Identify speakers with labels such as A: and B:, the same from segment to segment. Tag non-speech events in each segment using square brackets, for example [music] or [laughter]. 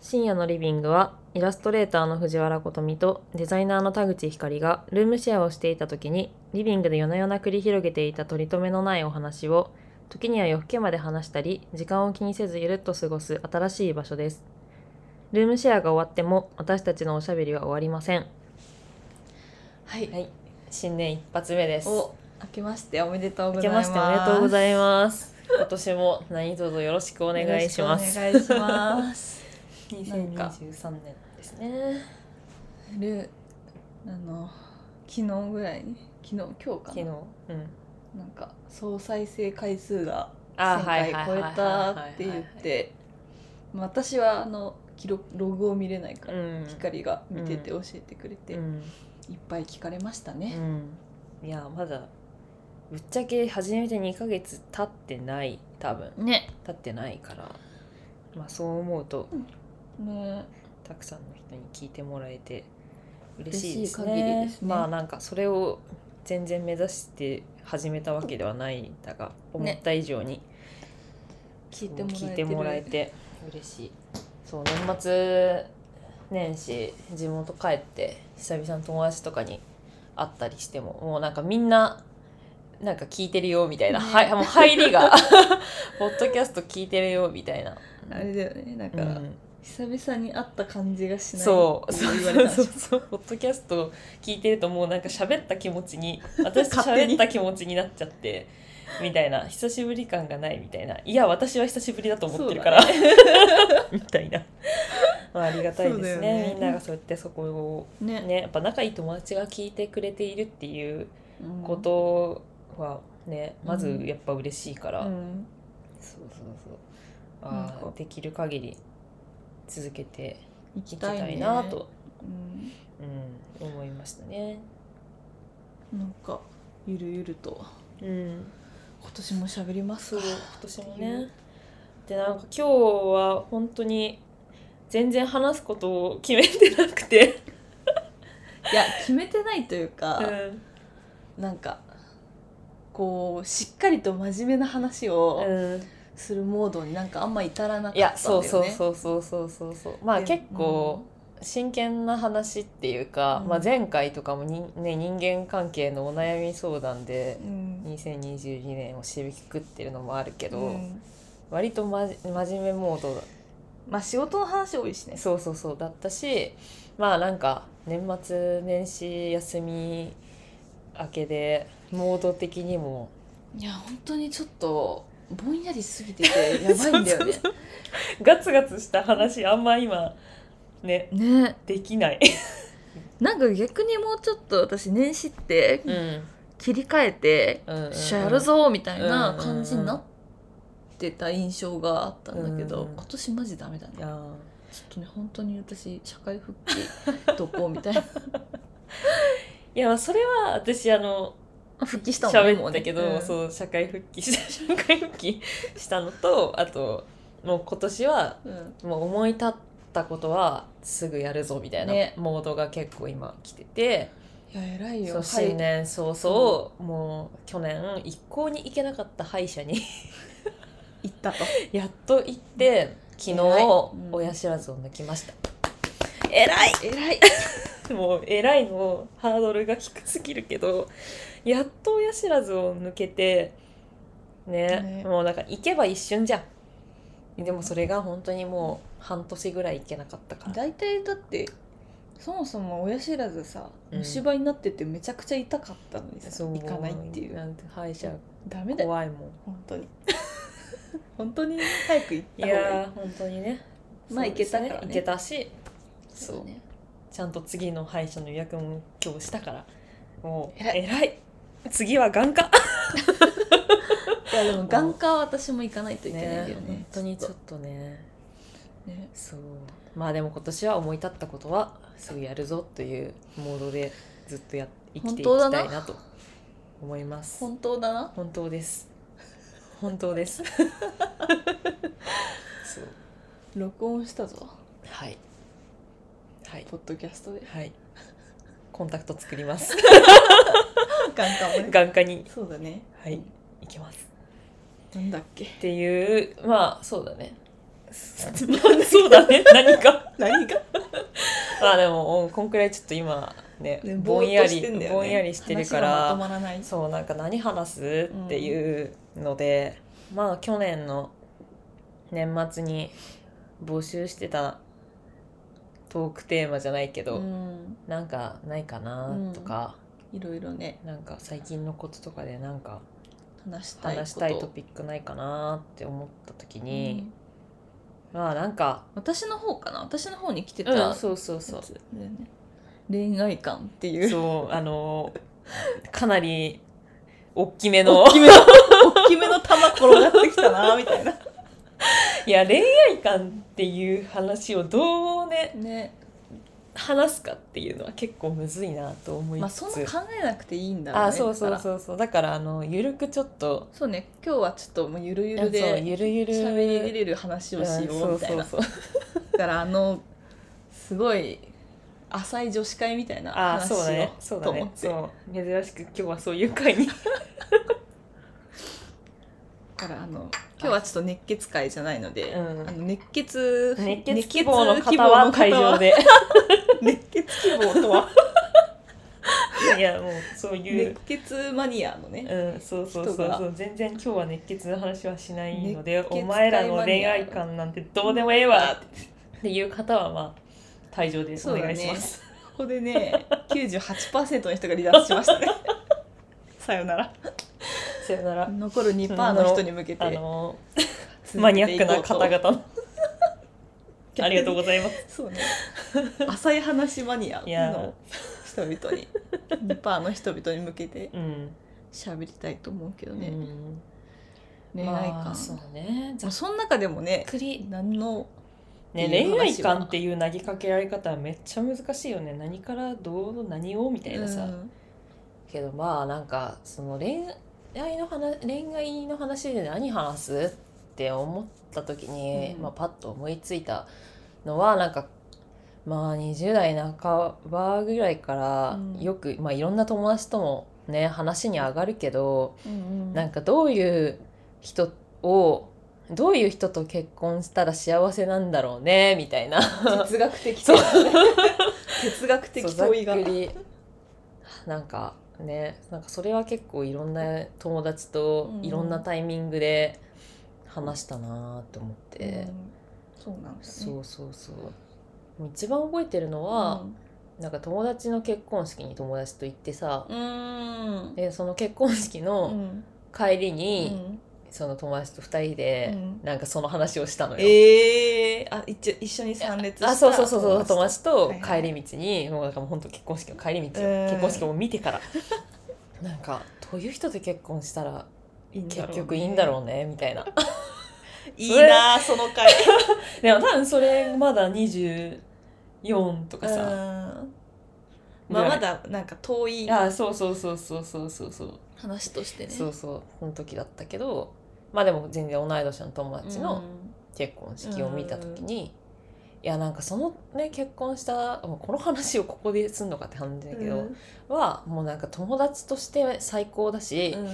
A: 深夜のリビングはイラストレーターの藤原琴美とデザイナーの田口光がルームシェアをしていた時にリビングで夜な夜な繰り広げていた取り留めのないお話を時には夜更けまで話したり時間を気にせずゆるっと過ごす新しい場所ですルームシェアが終わっても私たちのおしゃべりは終わりません
B: はい、
A: はい新年一発目です
B: お明けましておめでとう
A: 明
B: ご
A: け
B: ざいま
A: ますしておめでとうございます今年も何卒よろしくお願いします
B: よろしくお願いします
A: [laughs]
B: なんか
A: 2023年ですね
B: ルあの昨日ぐらいに昨日今日か
A: 昨日
B: な
A: うん
B: なんか総再生回数が
A: あ
B: 1000
A: はい
B: 回
A: はい
B: 超
A: はい
B: え
A: はい
B: たって言ってまあ私はあの記録ログを見れないから、
A: うん
B: 光が見てて教えてくれて、
A: うん
B: いっぱい聞かれました
A: う
B: ね、
A: んいやまだぶっちゃけ始めて2ヶ月経ってない多分
B: ね
A: 経ってないからまあそう思うと
B: ね
A: たくさんの人に聞いてもらえて嬉
B: 嬉
A: しい
B: し
A: で
B: い
A: す
B: 限り
A: ね
B: ですね
A: まあなんかそれを全然目指して始めたわけではないんだが思った以上に
B: 聞いてもらえてる
A: 聞いてもらえて嬉しいそう年末年始地元帰って久々の友達とかに会ったりしてももうなんかみんななんか聞いてるよみたいな、
B: ね
A: はいもう入りが [laughs] ポッドキャスト聞いてるよみたいな。
B: あれだよねだから、
A: うん
B: 久々に会った感じがしない
A: そう
B: って
A: そう
B: 言われたんでし
A: そ
B: ょ
A: うそうポッドキャスト聞いてるともうなんか喋った気持ちに
B: [laughs]
A: 私と
B: 勝手
A: 喋
B: に
A: った気持ちになっちゃってみたいな久しぶり感がないみたいないや私は久しぶりだと思ってるから、 [laughs] みたいな、まあ、ありがたいです
B: そう
A: ね
B: だよね
A: みんながそうやってそこを
B: ね
A: ねやっぱ仲いい友達が聞いてくれているっていう
B: うん
A: ことはね、まず
B: うん
A: やっぱ嬉しいから、
B: うん
A: そうそうそう
B: な
A: あ
B: ん
A: ー
B: か
A: できる限り続けて
B: 行
A: い
B: き
A: きた
B: たい,、ね、
A: いなと。
B: うん、
A: うん、思いましたね。
B: なんかゆるゆると
A: うん、
B: 今年も喋ります
A: そう、
B: よ
A: 今年もね。で、なんか今日は本当に全然話すことを決めてなくて、 [laughs]
B: いや決めてないというか、
A: うん、
B: なんかこうしっかりと真面目な話を
A: うん
B: するモードになんかあんま至らなかったんだよ
A: い
B: ね
A: や、そうそうそうそうそうそうそう。まあ
B: で
A: 結構真剣な話っていうか、
B: うん
A: まあ前回とかもにね人間関係のお悩み相談で
B: う。ん
A: 2022年を締めくくってるのもあるけど、
B: うん
A: 割とまじ真面目モードだ
B: まあ仕事の話多いしね
A: そうそうそうだったしまあなんか年末年始休み明けでモード的にも
B: いや本当にちょっとぼんやりすぎててやばいんだよね
A: [laughs] そうそうそうガツガツした話あんま今ね
B: ね
A: できない、
B: なんか逆にもうちょっと私年始って
A: うん
B: 切り替えて
A: うん
B: よっしゃやるぞみたいな感じになってた印象があったんだけど、
A: うん
B: 今年マジダメだね
A: いやー
B: ちょっとね本当に私社会復帰どこみた
A: [laughs]
B: いな
A: いやそれは私あの
B: 復帰したもんね
A: 喋ったけど、
B: もうねうん
A: そう社会復帰した社会復帰したのとあともう今年は
B: うん
A: もう思い立ったことはすぐやるぞみたいな
B: ね
A: モードが結構今来てて、
B: いや偉いよ
A: そ
B: は
A: う
B: い
A: 新年早々、もう去年一向に行けなかった歯医者に [laughs]
B: 行ったと
A: やっと行って昨日
B: 偉いうん
A: 親知らずを抜きました偉い
B: 偉い
A: もう偉いのハードルが低すぎるけどやっと親知らずを抜けてね
B: ね
A: もうなんか行けば一瞬じゃんでもそれが本当にもう半年ぐらい行けなかったから
B: 大体だってそもそも親知らずさ
A: うん
B: 虫歯になっててめちゃくちゃ痛かったのにさ、
A: そう
B: 行かないっていう
A: なんて歯医者
B: ダメだよ
A: 怖いもん
B: 本 [laughs] 当に本当に早く行っ
A: い
B: た方がい
A: やー本当にね
B: まあ
A: そうです
B: 行けたからね
A: 行けたし
B: い
A: そう
B: ね
A: ちゃんと次の歯医者の予約も今日したからもう
B: 偉い
A: 偉い次は眼科
B: いやでも眼科は私も行かないといけないよね
A: 本当にちょっ
B: と
A: とね
B: ね
A: そうまあでも今年は思い立ったことはすぐやるぞというモードでずっとや生きていきたいなと思います
B: 本当だな
A: 本当です本当です
B: [laughs]
A: そう
B: 録音したぞ
A: はいはい
B: ポッドキャストで
A: はいコンタクト作ります
B: [laughs] 眼科もね
A: 眼科に
B: そうだね
A: はい行きます
B: [laughs] なんだっけ [laughs]
A: っていうまあそうだねまあそうそうだね [laughs] 何か
B: 何が
A: まあでもうんこんくらいちょっと今ね
B: [laughs] ね
A: ぼんや
B: ぼーっとし
A: り
B: てんだよね
A: ぼんやりしてるか
B: 話が
A: ら
B: まとまらない
A: そうなんか何話すっていうので、まあ去年の年末に募集してたトークテーマじゃないけど、
B: ん、
A: なんかないかなとか、
B: いろいろね
A: なんか最近のこととかでなんか
B: 話したいこと
A: 話したいトピックないかなって思った時に、まあなんか、
B: うん私の方かな私の方に来てた
A: うん
B: やつだよね、
A: そうそうそう
B: 恋愛観ってい
A: [laughs]
B: う
A: そうあのかなり大きめの [laughs]
B: 大きめの大きめの玉転がってきたなみたいない
A: や恋愛観っていう話をどうね
B: ね
A: 話すかっていうのは結構むずいなと思い
B: まあ
A: つつ、
B: そんな考えなくていいんだろうね
A: あそうそ
B: だ
A: う
B: から
A: そうそうだからあのゆるくちょっと
B: そうね今日はちょっともうゆるゆ
A: そう
B: るで
A: ゆるゆる
B: 喋りれる話をしようみたいな
A: うんそうそうそう
B: だからあのすごい浅い女子会みたいな
A: あー
B: 話
A: そうだ
B: を
A: ねそう
B: と
A: だ
B: 思っ
A: ね
B: てだ
A: そう珍しく今日はそういう会に
B: からあの今日はちょっと熱血会じゃないので、
A: うん
B: あの熱血
A: 熱血希望の方は会場で
B: 熱血希望とは
A: いやもうそういう
B: 熱、血マニアのね、
A: うん、そうそうそう
B: 人が
A: そう全然今日は熱血の話はしないので
B: 熱血
A: お前らの恋愛観なんてどうでもええわっていう方はまあ退場でお願いします。
B: ここでね98%の人が離脱しましたねさよなら
A: さよなら
B: 残る2%の人に向け
A: あ
B: て
A: の
B: 続けていこうと
A: マニアックな方々のありがとうございます。
B: そうね浅い話マニア
A: いやー
B: の人々に2%の人々に向けて
A: うん、
B: 喋りたいと思うけどね、
A: うん
B: 恋愛観、
A: まあそうね。ざっ
B: まあ、その中でもね
A: くり
B: 何の
A: ね
B: ってい
A: 恋
B: う話は
A: 愛観っていう投げかけられ方はめっちゃ難しいよね。何からどう何をみたいなさ。
B: うん
A: けどまあなんかその恋愛の話恋愛の話で何話すって思った時に、
B: うん
A: まあ、パッと思いついたのはなんかまあ20代半ばぐらいから
B: うん
A: よく、まあ、いろんな友達ともね話に上がるけど、
B: うんうん
A: なん [laughs] かどういう人をどういう人と結婚したら幸せなんだろうねみたいな
B: 哲学的
A: そう [laughs]
B: 哲学的
A: そう
B: 問いが
A: ざっくりなんかねなんかそれは結構いろんな友達と
B: うん
A: いろんなタイミングで話したなと思って、
B: うんそうなんですね
A: そうそうそう一番覚えてるのは、なんか友達の結婚式に友達と行ってさ、
B: うんうん
A: でその結婚式
B: う
A: の
B: ん
A: 帰り
B: う
A: に、
B: ん
A: その友達と2人で、
B: うん
A: なんかその話をしたのよ。
B: えー、あ一一緒に参列した
A: あそうそうそうそう友
B: 達
A: 達と
B: はいは
A: 帰
B: い
A: り道にもうなんかもう本当結婚式の帰り道よ、
B: うん
A: 結婚式も見てから
B: [laughs]
A: なんかどういう人と結婚したら
B: いいんだろう
A: 結
B: ね
A: 局いいんだろうねみたいな [laughs]
B: いいなあその回
A: でも多分それまだ24とかさ、
B: うんまあまだなんか遠い
A: あそうそうそうそうそうそうそう
B: 話としてね
A: そうそうその時だったけどまあでも全然同い年の友達の、結婚式を見た時に、いやなんかそのね結婚したもうこの話をここですんのかって感じだけど、
B: うん
A: はもうなんか友達として最高だし、
B: うん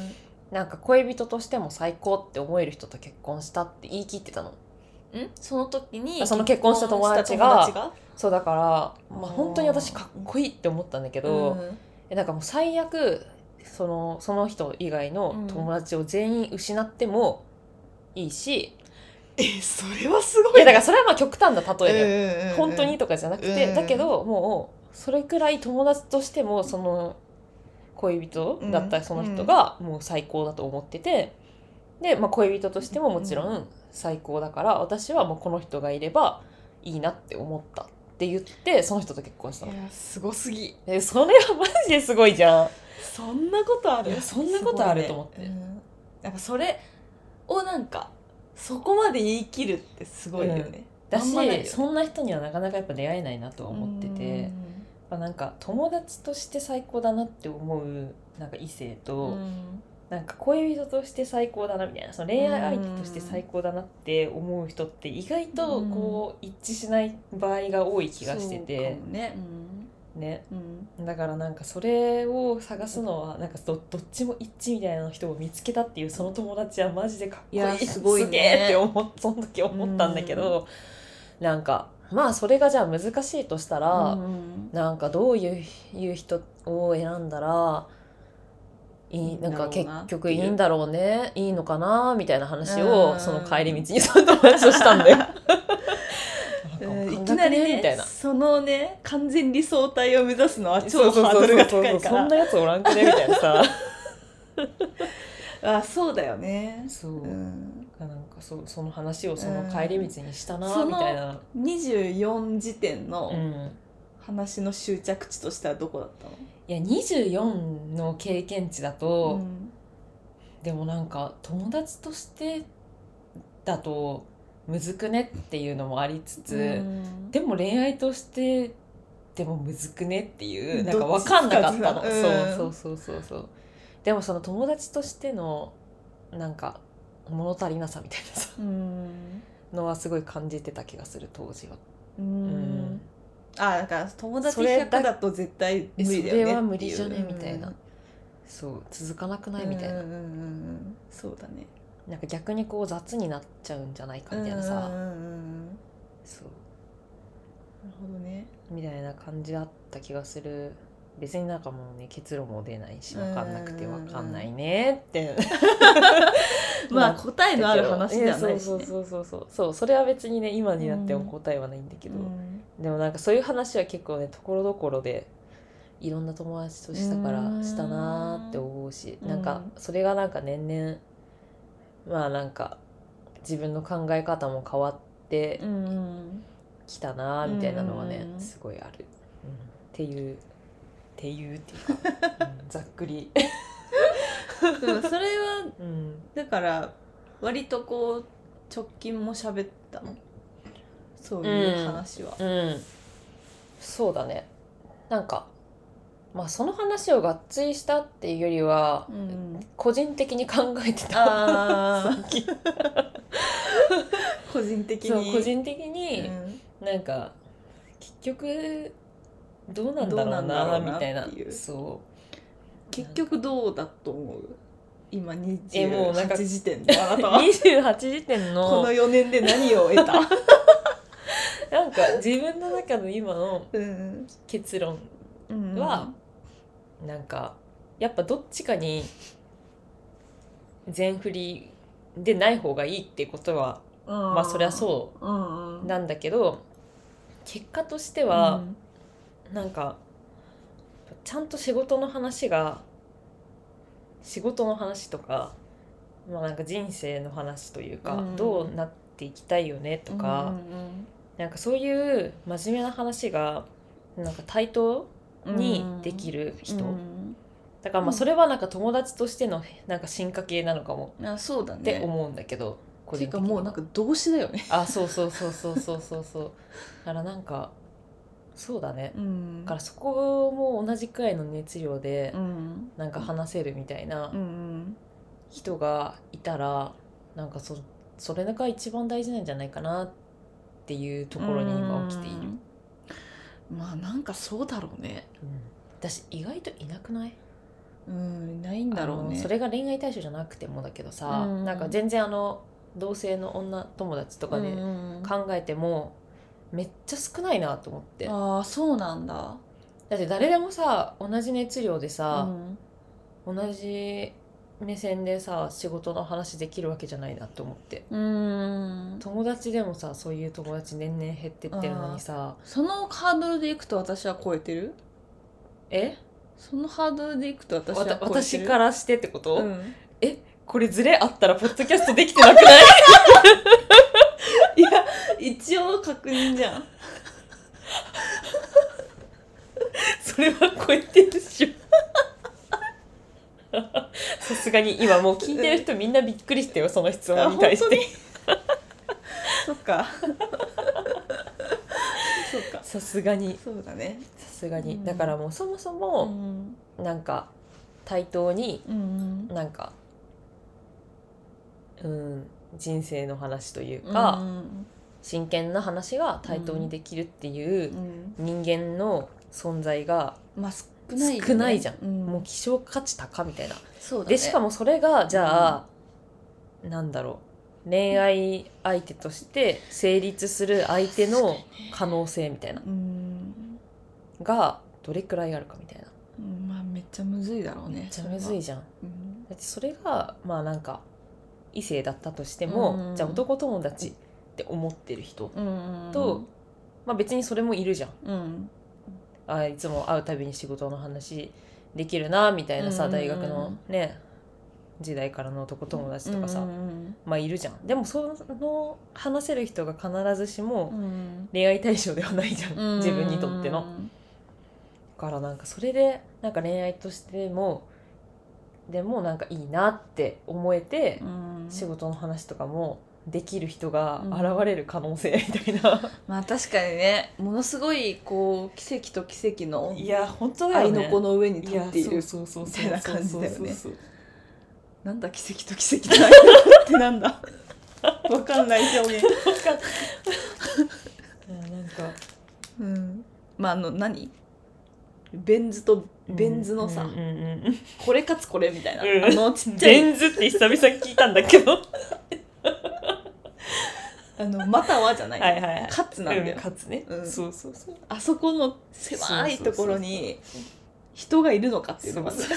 A: なんか恋人としても最高って思える人と結婚したって言い切ってたの
B: んその時に
A: あその結婚した友達が
B: 結婚した友
A: そうだから、まあ、
B: あー
A: 本当に私かっこいいって思ったんだけど、
B: 達
A: えなんかもう最悪そのその人以外の友達を全員失ってもいいし、
B: えそれはすごい
A: いやだからそれはまあ極端な例えだよ、
B: ら
A: 本当にとかじゃなくて、
B: うん
A: だけどもうそれくらい友達としてもその恋人だった
B: うん
A: その人がもう最高だと思っててで、まあ、恋人としてももちろ
B: うん
A: 最高だから私はもうこの人がいればいいなって思ったって言ってその人と結婚したの。
B: やすごすぎ
A: えそれはマジですごいじゃん。
B: そんなことあ
A: いや
B: る
A: そんなことあると思って
B: すごいねうんなんかそれをなんかそこまで言い切るってすごいよね
A: だ
B: あ
A: し、
B: んまないよね
A: そんな人にはなかなかやっぱ出会えないなとは思ってて、まあ、なんか友達として最高だなって思うなんか異性
B: う
A: と、
B: んうん
A: なんか恋人として最高だなみたいなその恋愛相手として最高だなって思う人って意外とこう一致しない場合が多い気がして
B: そう
A: て
B: か、もねうん
A: ね、
B: うん
A: だからなんかそれを探すのはなんかどどっちも一致みたいな人を見つけたっていうその友達はマジでかっこいい
B: いやすごいね
A: げえって思っその時思ったんだけど、なんかまあそれがじゃあ難しいとしたら、
B: うん
A: なんかどういういう人を選んだらい
B: いい
A: い
B: んだ
A: なん
B: ろう
A: か
B: な
A: 結局いいんだろうねいいのかなみたいな話を
B: うん
A: その帰り道にその友達としたんで [laughs]
B: うんいきなりね
A: みたいな。
B: そのね完全理想体を目指すのは
A: そ
B: 超
A: うそう
B: ハー
A: そう
B: ドル
A: そうそ
B: が高
A: う
B: いか
A: そん
B: ら
A: なやつおらんくねみたいなさ
B: あそうだよね、、
A: [laughs] そううんなんかそうその話をその帰り道にしたな
B: うん
A: みたいな、
B: 24時点
A: う
B: の
A: ん、
B: 話の終着地としてはどこだったの、
A: いや24の経験値だ
B: う
A: と、
B: ん
A: でもなんか友達としてだとむずくねっていうのもありつつ、
B: うん
A: でも恋愛としてでもむずくねっていうなんか
B: どっ
A: 分
B: ち
A: かんなかったの、
B: つかずだうん
A: そうそうそうそうそうでもその友達としてのなんか物足りなさみたいなさ
B: うん
A: のはすごい感じてた気がする当時は、
B: う、
A: うん
B: あだから友達
A: それ
B: 100
A: だ
B: だと絶対
A: え
B: 無理だよね
A: それは無理じゃね
B: って
A: み
B: う
A: たいなそう続かなくないみたいな、
B: うんうんうんうんそうだね
A: なんか逆にこう雑になっちゃうんじゃないかみたいなさ、
B: うんうんうんうんな
A: そう
B: るほどね
A: みたいな感じだった気がする別になんかもうね結論も出ないし分かんなくて分かんないね
B: [laughs]
A: って
B: ま
A: う
B: あ [laughs]
A: ん
B: 答えのある話ではないし
A: そう
B: ね
A: そうそうそうそうそれは別にね今になっても答えはないんだけど、
B: うん
A: でもなんかそういう話は結構ねところどころでいろんな友達としたから
B: うん
A: したなーって思うし、
B: うん
A: なんかそれがなんか年々まあなんか自分の考え方も変わって
B: うん
A: きたなーみたいなのはね、
B: うん
A: すごいある、うんっていうっていう
B: [laughs]
A: っていうか、うんざっくり、
B: でもそれは
A: うん、
B: だから割とこう直近も喋ったのそういう話は、
A: うんそうだねなんかまあその話をがっつりしたっていうよりは、
B: [laughs] うん
A: 個人的に考えてたさ
B: ああ
A: っき
B: 個人的
A: そう
B: に
A: 個人的
B: う
A: に、
B: ん
A: なんか結局どうなんだろ
B: ど
A: う
B: うな
A: なん
B: だろうな
A: みたいな
B: っていう
A: そう
B: 結局どうだと思う今
A: えもうなんか
B: 28時点であなたは
A: 28時点
B: [laughs] こ
A: の
B: の4年で何を得た、
A: なんか自分の中の今の
B: うん
A: 結論
B: うん
A: はなんかやっぱどっちかに全振りでない方がいいってことはま
B: ま、
A: あそりゃそう
B: うんう、
A: うんなんだけど結果として
B: て
A: は、なんかちゃんと仕事の話が仕事の話とか,、まあ、なんか人生の話というか、
B: うん
A: どうなっていきたいよねとか、なんかそういう真面目な話がなんか対等にでき
B: る
A: る人、だからまあそれはなんか友達としてのなんか進化系なのかも
B: あそうだね
A: って思うんだけど、個
B: てい
A: 人的
B: うか
A: には
B: もうなんか動詞だよね、
A: あそうそうそうそうそうそうそうだからなんかそうだね
B: うん
A: だからそこも同じくらいの熱量で
B: うん
A: なんか話せるみたいな
B: うん
A: 人がいたらなんかそそれが一番大事なんじゃないかなっていうところに今起きている、うん
B: うんまあなんかそうだろうね
A: 私意外といなくない
B: うんいないんだろう
A: あ
B: ね
A: のそれが恋愛対象じゃなくてもだけどさ、
B: うん
A: なんか全然あの同性の女友達とか
B: う
A: で
B: ん
A: 考えても、めっちゃ少ないなと思ってだ
B: ああそうなんだ
A: って誰でもさ同じ熱量でさ、
B: うん
A: 同じ目線でさ仕事の話できるわけじゃないなって思って
B: うん
A: 友達でもさそういう友達年々減ってってるのにさ
B: そのハードルでいくと私は超えてる
A: え
B: そのハードルでいくと私
A: わ
B: は超え
A: た
B: てる
A: 私からしてってこと、
B: うん
A: これズレあったらポッドキャストできてなくない
B: いや一応確認じゃん
A: それは超えてるっし [laughs] ょさすがに今もう聞いてる人みんなびっくりしてよその質問に対し
B: あ
A: て
B: [laughs] そっか [laughs] そっか
A: さすがに
B: そうだね
A: さすがに、
B: うん
A: だからもうそもそ
B: うん
A: も、なんか対等に
B: うん
A: なんかうん人生の話というか、
B: うん
A: 真剣な話が対等にできるっていう
B: うん
A: 人間の存在が
B: まあ少ないよね
A: 少ないじゃん
B: うん
A: もう希少価値高みたいな、
B: そうだね
A: でしかもそれがじゃあ、なんだろう恋愛相手として成立する相手の可能性みたいな
B: うん
A: がどれくらいあるかみたいな
B: うんまあめっちゃむずいだろうね
A: めっちゃむずいじゃん
B: それはうん
A: だってそれがまあなんか異性だったとしても、
B: うん
A: じゃあ男友達って思ってる人、
B: うん
A: とまあ、別にそれもいるじゃん
B: うん
A: あいつも会うたびに仕事の話できるなみたいなさ、
B: うんうんうん
A: 大学のね時代からの男友達とかさ、
B: うんうん
A: まあいるじゃんでもその話せる人が必ずしも
B: うん
A: 恋愛対象ではないじゃん、
B: うん
A: 自分にとっての。だからなんかそれでなんか恋愛としてもでもなんかいいなって思えて、
B: うん
A: 仕事の話とかもできる人が
B: うん
A: 現れる可能性みたいな、
B: まあ確かにねものすごいこう奇跡と奇跡
A: [laughs]
B: の
A: いや本当だ
B: 愛
A: よ
B: の
A: ね
B: 子の上に
A: い
B: 立
A: や
B: っている
A: そうそうそうそう
B: みたいな感じだよね
A: そうそうそう
B: なんだ奇跡と奇跡の愛の子ってなんだ
A: [laughs]
B: わかんない表現
A: いやなんか
B: うんまああの何ベン図とベン図のさ、
A: うんうんうん
B: これかつこれみたいな、
A: うん
B: あのちっちゃ
A: ベ
B: い
A: ンズって久々聞いたんだけど [laughs] は
B: あのまたはじゃない
A: いはいはい
B: かつなんだよ、
A: うんかつね、
B: うん
A: そうそうそう
B: あそこの狭いところに
A: そうそうそう
B: 人がいるのかって
A: そ
B: いうう
A: そ
B: の
A: う
B: が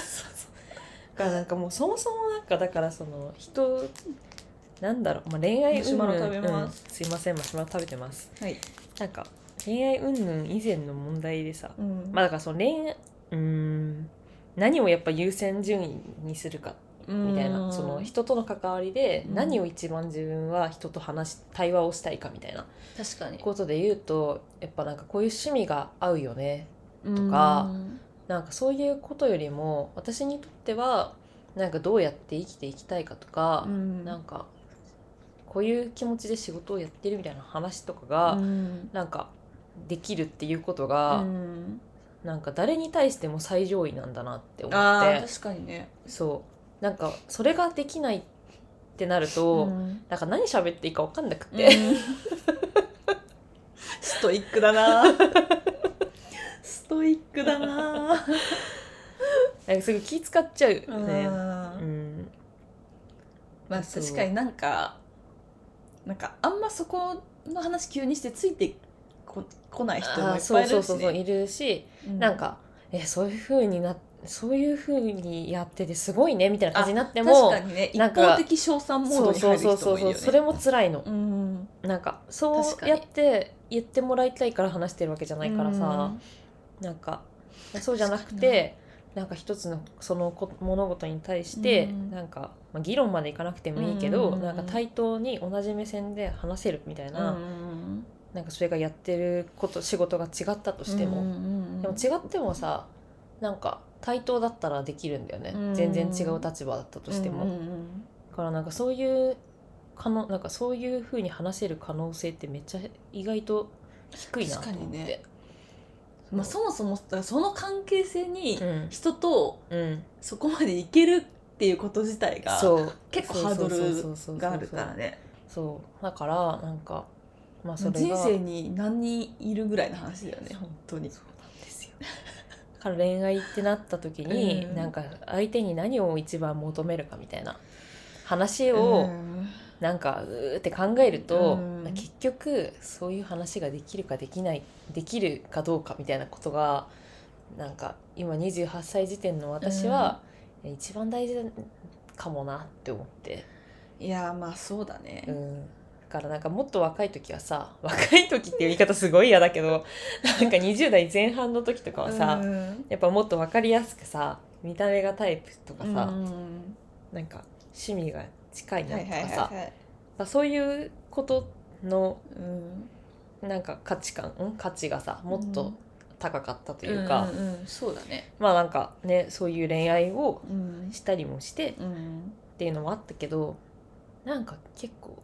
A: そうだからなんかもうそもそもなんかだからその人なんだろう、まあ、恋愛
B: マシュマロ
A: うんうん
B: 食べます
A: うんすいませんマシュマロ食べてます
B: はい、
A: なんか恋愛云々以前の問題でさ
B: うん
A: まあだからその恋愛うーん何をやっぱ優先順位にするかみたいなその人との関わりで
B: うん
A: 何を一番自分は人と話し対話をしたいかみたいな
B: 確かに
A: ことで言うとやっぱなんかこういう趣味が合うよね
B: と
A: かなんかそういうことよりも私にとってはなんかどうやって生きていきたいかとか、なんかこういう気持ちで仕事をやってるみたいな話とかが、なんかできるっていうことが、なんか誰に対しても最上位なんだなって思
B: あ
A: っ
B: ー
A: て
B: 確かにね
A: そうなんかそれができないってなると、
B: うん [laughs]
A: なんか何喋っていいか分かんなく
B: うん
A: て、
B: ストイックだな
A: [laughs]
B: ストイックだな、
A: なんかすぐ気使っちゃうね。
B: うん
A: うん
B: まあ
A: そう
B: 確かになんかなんかあんまそこの話急にしてついてここない人
A: あー
B: もいっぱ
A: そ
B: いうい
A: そ
B: る
A: うそ
B: し
A: うそう
B: ね
A: いるし、
B: う
A: なんかえそういう風になそういう風にやっててすごいねみたいな感じになって
B: 確
A: も
B: かにね一
A: なんか
B: 方的称賛モー
A: そ
B: ド
A: う
B: に
A: そう
B: 入る
A: そう
B: 人
A: そ
B: も
A: う
B: いる
A: そう
B: よね
A: それも辛いの、
B: うん
A: なんかそう
B: 確かに
A: やって言ってもらいたいから話してるわけじゃないからさ、なんかそうじゃなく
B: 確かに
A: てなんか一つのそのこ物事に対して、
B: うん
A: なんか、まあ、議論までいかなくてもいいけど、
B: うんうんうん
A: なんか対等に同じ目線で話せるみたいな、
B: うん
A: なんかそれがやってること仕事が違ったとしても、
B: うんうん
A: でも違ってもさなんか対等だったらできるんだよね、
B: うん
A: 全然違う立場だったとしても、
B: うんうん
A: だからなんかそういう可能なんかそういう風に話せる可能性ってめっちゃ意外と低いなと思って
B: 確かにねうんまあ、そもそもだからその関係性に
A: うん
B: 人と
A: うん、
B: そこまでいけるっていうこと自体が
A: そう
B: 結構ハードル
A: ル
B: があるからね
A: そうだからなんかまあそれが
B: 人生に何人いるぐらいの話だよね
A: そう
B: 本当に
A: そうなんですよだから恋愛ってなった時に、
B: うん
A: なんか相手に何を一番求めるかみたいな話
B: う
A: を
B: ん
A: なんかうーって考えると、
B: うん
A: 結局そういう話ができるかできないできるかどうかみたいなことがなんか今28歳時点の私は、一番大事かもなって思って、
B: いやまあそうだ
A: う
B: ね
A: ん、だからなんかもっと若い時はさ若い時っていう言い方すごい嫌だけどなんか20代前半の時とかはさ、
B: うん
A: やっぱもっと分かりやすくさ見た目がタイプとかさ、
B: うん
A: なんか趣味が近いな
B: は
A: と
B: い
A: か
B: は
A: さ、
B: いはいはい
A: まあそういうことの
B: うん
A: なんか価値観ん価値がさもっと高かったと
B: と
A: いうか、
B: んうんそうだね
A: まあなんかねそういう恋愛を
B: うん
A: したりもしてっ
B: うん
A: ていうのもあったけどなんか結構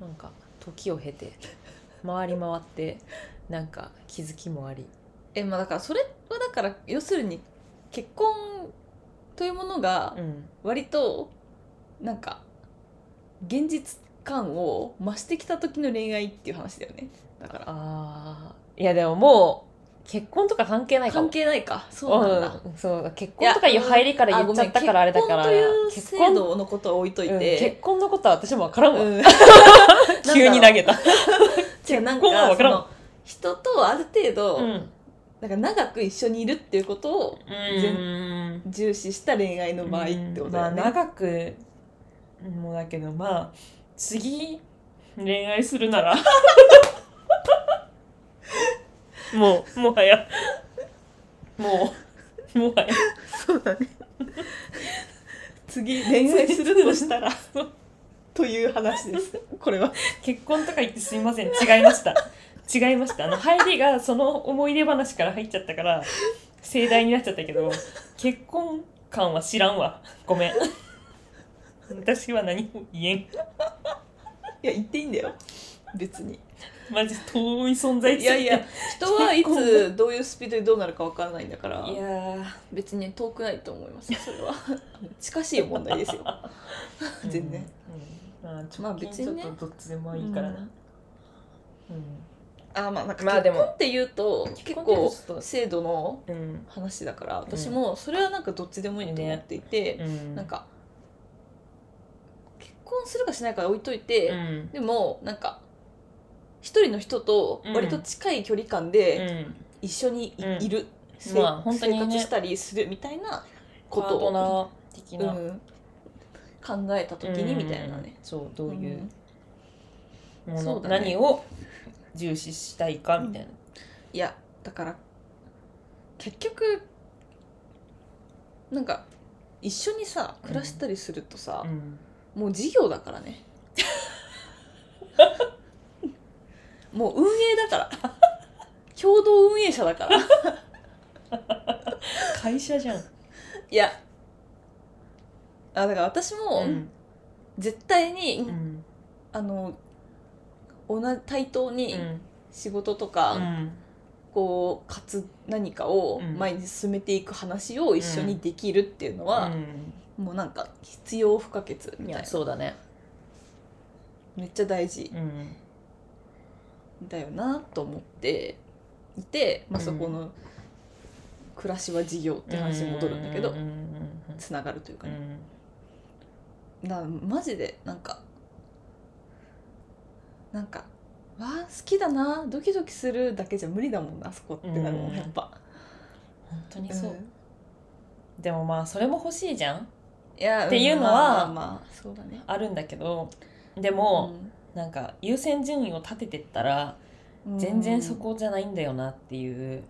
A: なんか時を経て回り回ってなんか気づきもあり
B: えまあだからそれはだから要するに結婚というものが
A: うん
B: 割となんか現実感を増してきた時の恋愛っていう話だよねだから
A: あーいやでももう結婚とか関係ないかも
B: 関係ないかそうなんだ、
A: うんそう結婚とかいう入りから言っちゃったからあれだから
B: あごめん結
A: 結婚
B: 婚という制度のことは置いとい
A: うん結
B: て、
A: 婚のことは私も分からんわ、
B: うん
A: [laughs] 急に投げた
B: じゃあなん
A: 婚は
B: か
A: 分
B: そ
A: からん
B: の人とある程度、
A: うん
B: なんか長く一緒にいるっていうことを
A: うん
B: 重視した恋愛の場合ってことだよね、
A: まあ、長くもだけどまあ次恋愛するな
B: [laughs]
A: らもうもはやもうもはや
B: そうだね次恋愛するとし
A: [laughs]
B: たらという話ですこれは
A: 結婚とか言ってすいません違いました違いましたあの入りがその思い出話から入っちゃったから盛大になっちゃったけど結婚感は知らんわごめん私は何も言えん
B: いや言っていいんだよ別に
A: マジ遠い存在
B: いやいや人はいつどういうスピードでどうなるかわからないんだから
A: いやー
B: 別に遠くないと思いますそれは [laughs] 近しい問題ですよ全然、
A: うんうんまあ
B: まあ
A: 直
B: 別
A: 近ちょ
B: に
A: っ
B: ね
A: とどっちでもいいからな、
B: あまあなんか
A: まあで
B: 結
A: も
B: 婚っていうと結構
A: 結婚って
B: 制度の
A: うんうん
B: 話だから私もそれはなんかどっちでもいいと思っていて、
A: うん
B: なんか結婚するかしないかは置いというて、
A: ん
B: でもなんか一人の人と割と近い距離感で一緒にい,、
A: うん
B: る、せ
A: まあ本当にね
B: 生活したりするみたいなこ
A: パ
B: と
A: ートナ
B: を、
A: ー的な、
B: うん考えた時にみたいなね、
A: そうどういう、
B: うん
A: も
B: そ
A: の、
B: うだね
A: 何を重視したいかみたいな。
B: いやだから結局なんか一緒にさ暮らしたりするとさ、もう事業だから
A: [laughs]
B: ねもう運営だから共同運営者だから
A: 会社じゃん。
B: いやあだから私も絶対に、
A: ん。
B: あの同じ対等
A: う
B: に
A: ん。
B: 仕事とか、こうかつ何かを
A: うん
B: 前に進めていく話を一緒にできるっていうのは、もうなんか必要不可欠
A: い
B: みたい
A: や
B: な
A: そうだね。
B: めっちゃ大事
A: うん。
B: だよなと思っていて、まあ、
A: うん
B: そこの暮らしは事業って話に戻るんだけど
A: うん
B: つながるというか
A: うん
B: ねだからマジでなんかなんかわあ好きだなドキドキするだけじゃ無理だもんなあそこってなるも
A: うん
B: んやっぱ、
A: 本当にそう
B: う。ん
A: でもまあそれも欲しいじゃん。
B: いや
A: っていうのは
B: まあまあまあそうだね
A: あるんだけど。でも、なんか優先順位を立ててったら
B: うん
A: 全然そこじゃないんだよなっていう、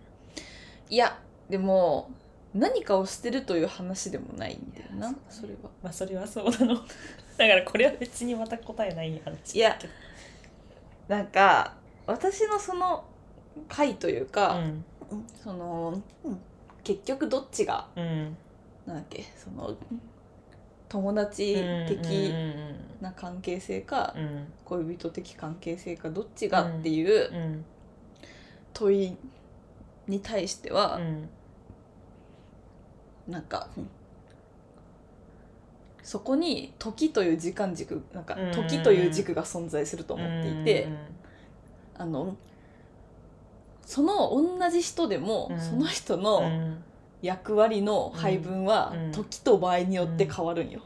B: いやでも何かを捨てるという話でもないんだよ
A: い
B: な
A: や
B: それは
A: まあそれはそうなの [laughs] だからこれは別にまた答えない話
B: いやなんか私のその回という
A: う
B: か、
A: ん
B: その結局どっちが
A: うん
B: なんだっけその友達
A: う
B: 的
A: ん
B: な関係性か
A: うんうん
B: 恋人的関係性かどっちがっていう
A: うんうん
B: 問いに対して
A: う
B: は
A: ん
B: なんかそこに時という時間軸なんか
A: うん
B: 時という軸が存在すると思っていて。あのその同じ人でも、
A: うん
B: その人
A: うん
B: の役割の配分は、
A: うん
B: 時と場合によって変わるんよ。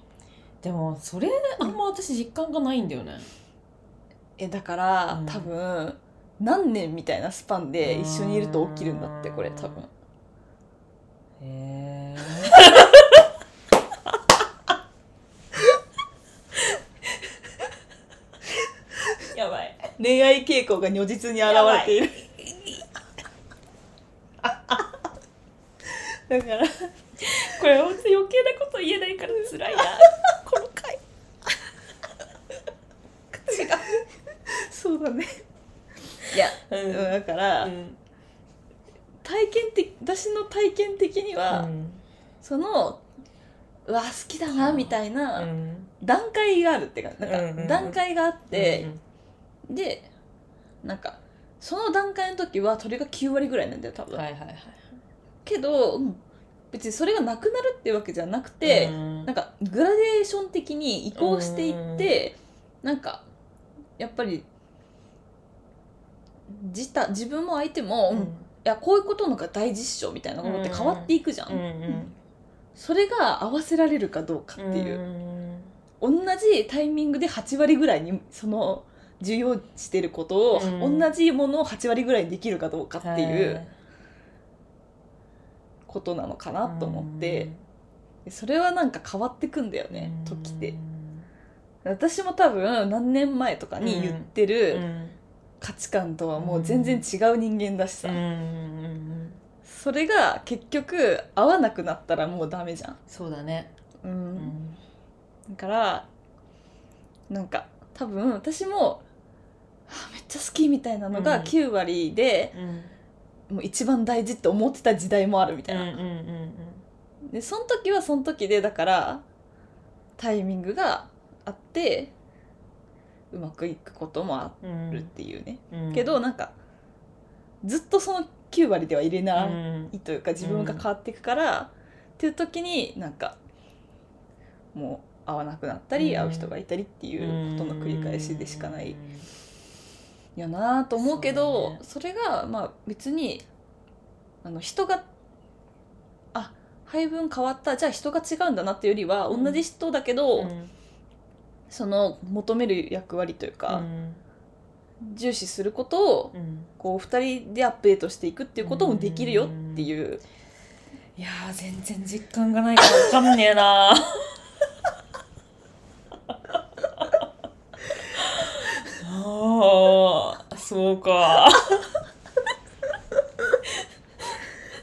A: でもそれあんま私実感がないんだよね
B: えだから、
A: うん
B: 多分何年みたいなスパンで一緒にいると起きるんだってこれ多分
A: へえ
B: [laughs]
A: やばい
B: 恋愛傾向が如実に現れている [laughs] だから
A: これ本当余計なこと言えないから辛いなこの回
B: そうだねいや、
A: う
B: うんん、だから、
A: うん
B: 体験的私の体験的には、そのうわ好きだなみたいな、
A: うん
B: 段階があるっていうかな
A: うん
B: ん
A: うんう
B: か
A: ん
B: 段階があって
A: う、ん
B: でなんかその段階の時は鳥が9割ぐらいなんだよ多分、
A: はいはいはい
B: けど、うん別にそれがなくなるっていうわけじゃなくて、
A: うん
B: なんかグラデーション的に移行していって、なんかやっぱり自他自分も相手も、
A: うん
B: やこういうことのが大事っしょみたいなものって変わっていくじゃん、
A: うんうん
B: それが合わせられるかどうかっていう、
A: う
B: 同じタイミングで8割ぐらいにその需要してることを、
A: うん
B: 同じものを8割ぐらいにできるかどうかっていうことなのかなと思って、それはなんか変わってくんだよね、時って私も多分何年前とかに言って
A: うん
B: る価値観とはもう全然違う人間だし
A: う
B: さ、
A: んうん
B: それが結局合わなくなったらもうダメじゃん、
A: そうだね
B: うん
A: うん
B: だからなんか多分私もあめっちゃ好きみたいなの
A: うん
B: が9割で、
A: うん
B: もう一番大事って思ってた時代もあるみたいな、
A: うんうんうん
B: でその時はその時でだからタイミングがあってうまくいくこともあ
A: うん
B: るっていうね、
A: うん
B: けどなんかずっとその9割では入れ
A: う
B: ない
A: ん
B: というか自分が変わっていくから、っていう時になんかもう会わなくなったり、
A: うん
B: 会う人がいたりっていうことの繰り返しでしかない
A: うん
B: やなぁと思う
A: そ
B: け
A: う
B: ど
A: だね
B: そ,、れがまあ別にあの人があ配分変わったじゃあ人が違うんだなっていうよりは、
A: うん
B: 同じ人だけど、
A: うん
B: その求める役割というか
A: う、ん
B: 重視することを
A: うん
B: こう二人でアップデートしていくっていうこともできるよっていう、
A: いやー全然実感がないからわかんねえなーあーそうか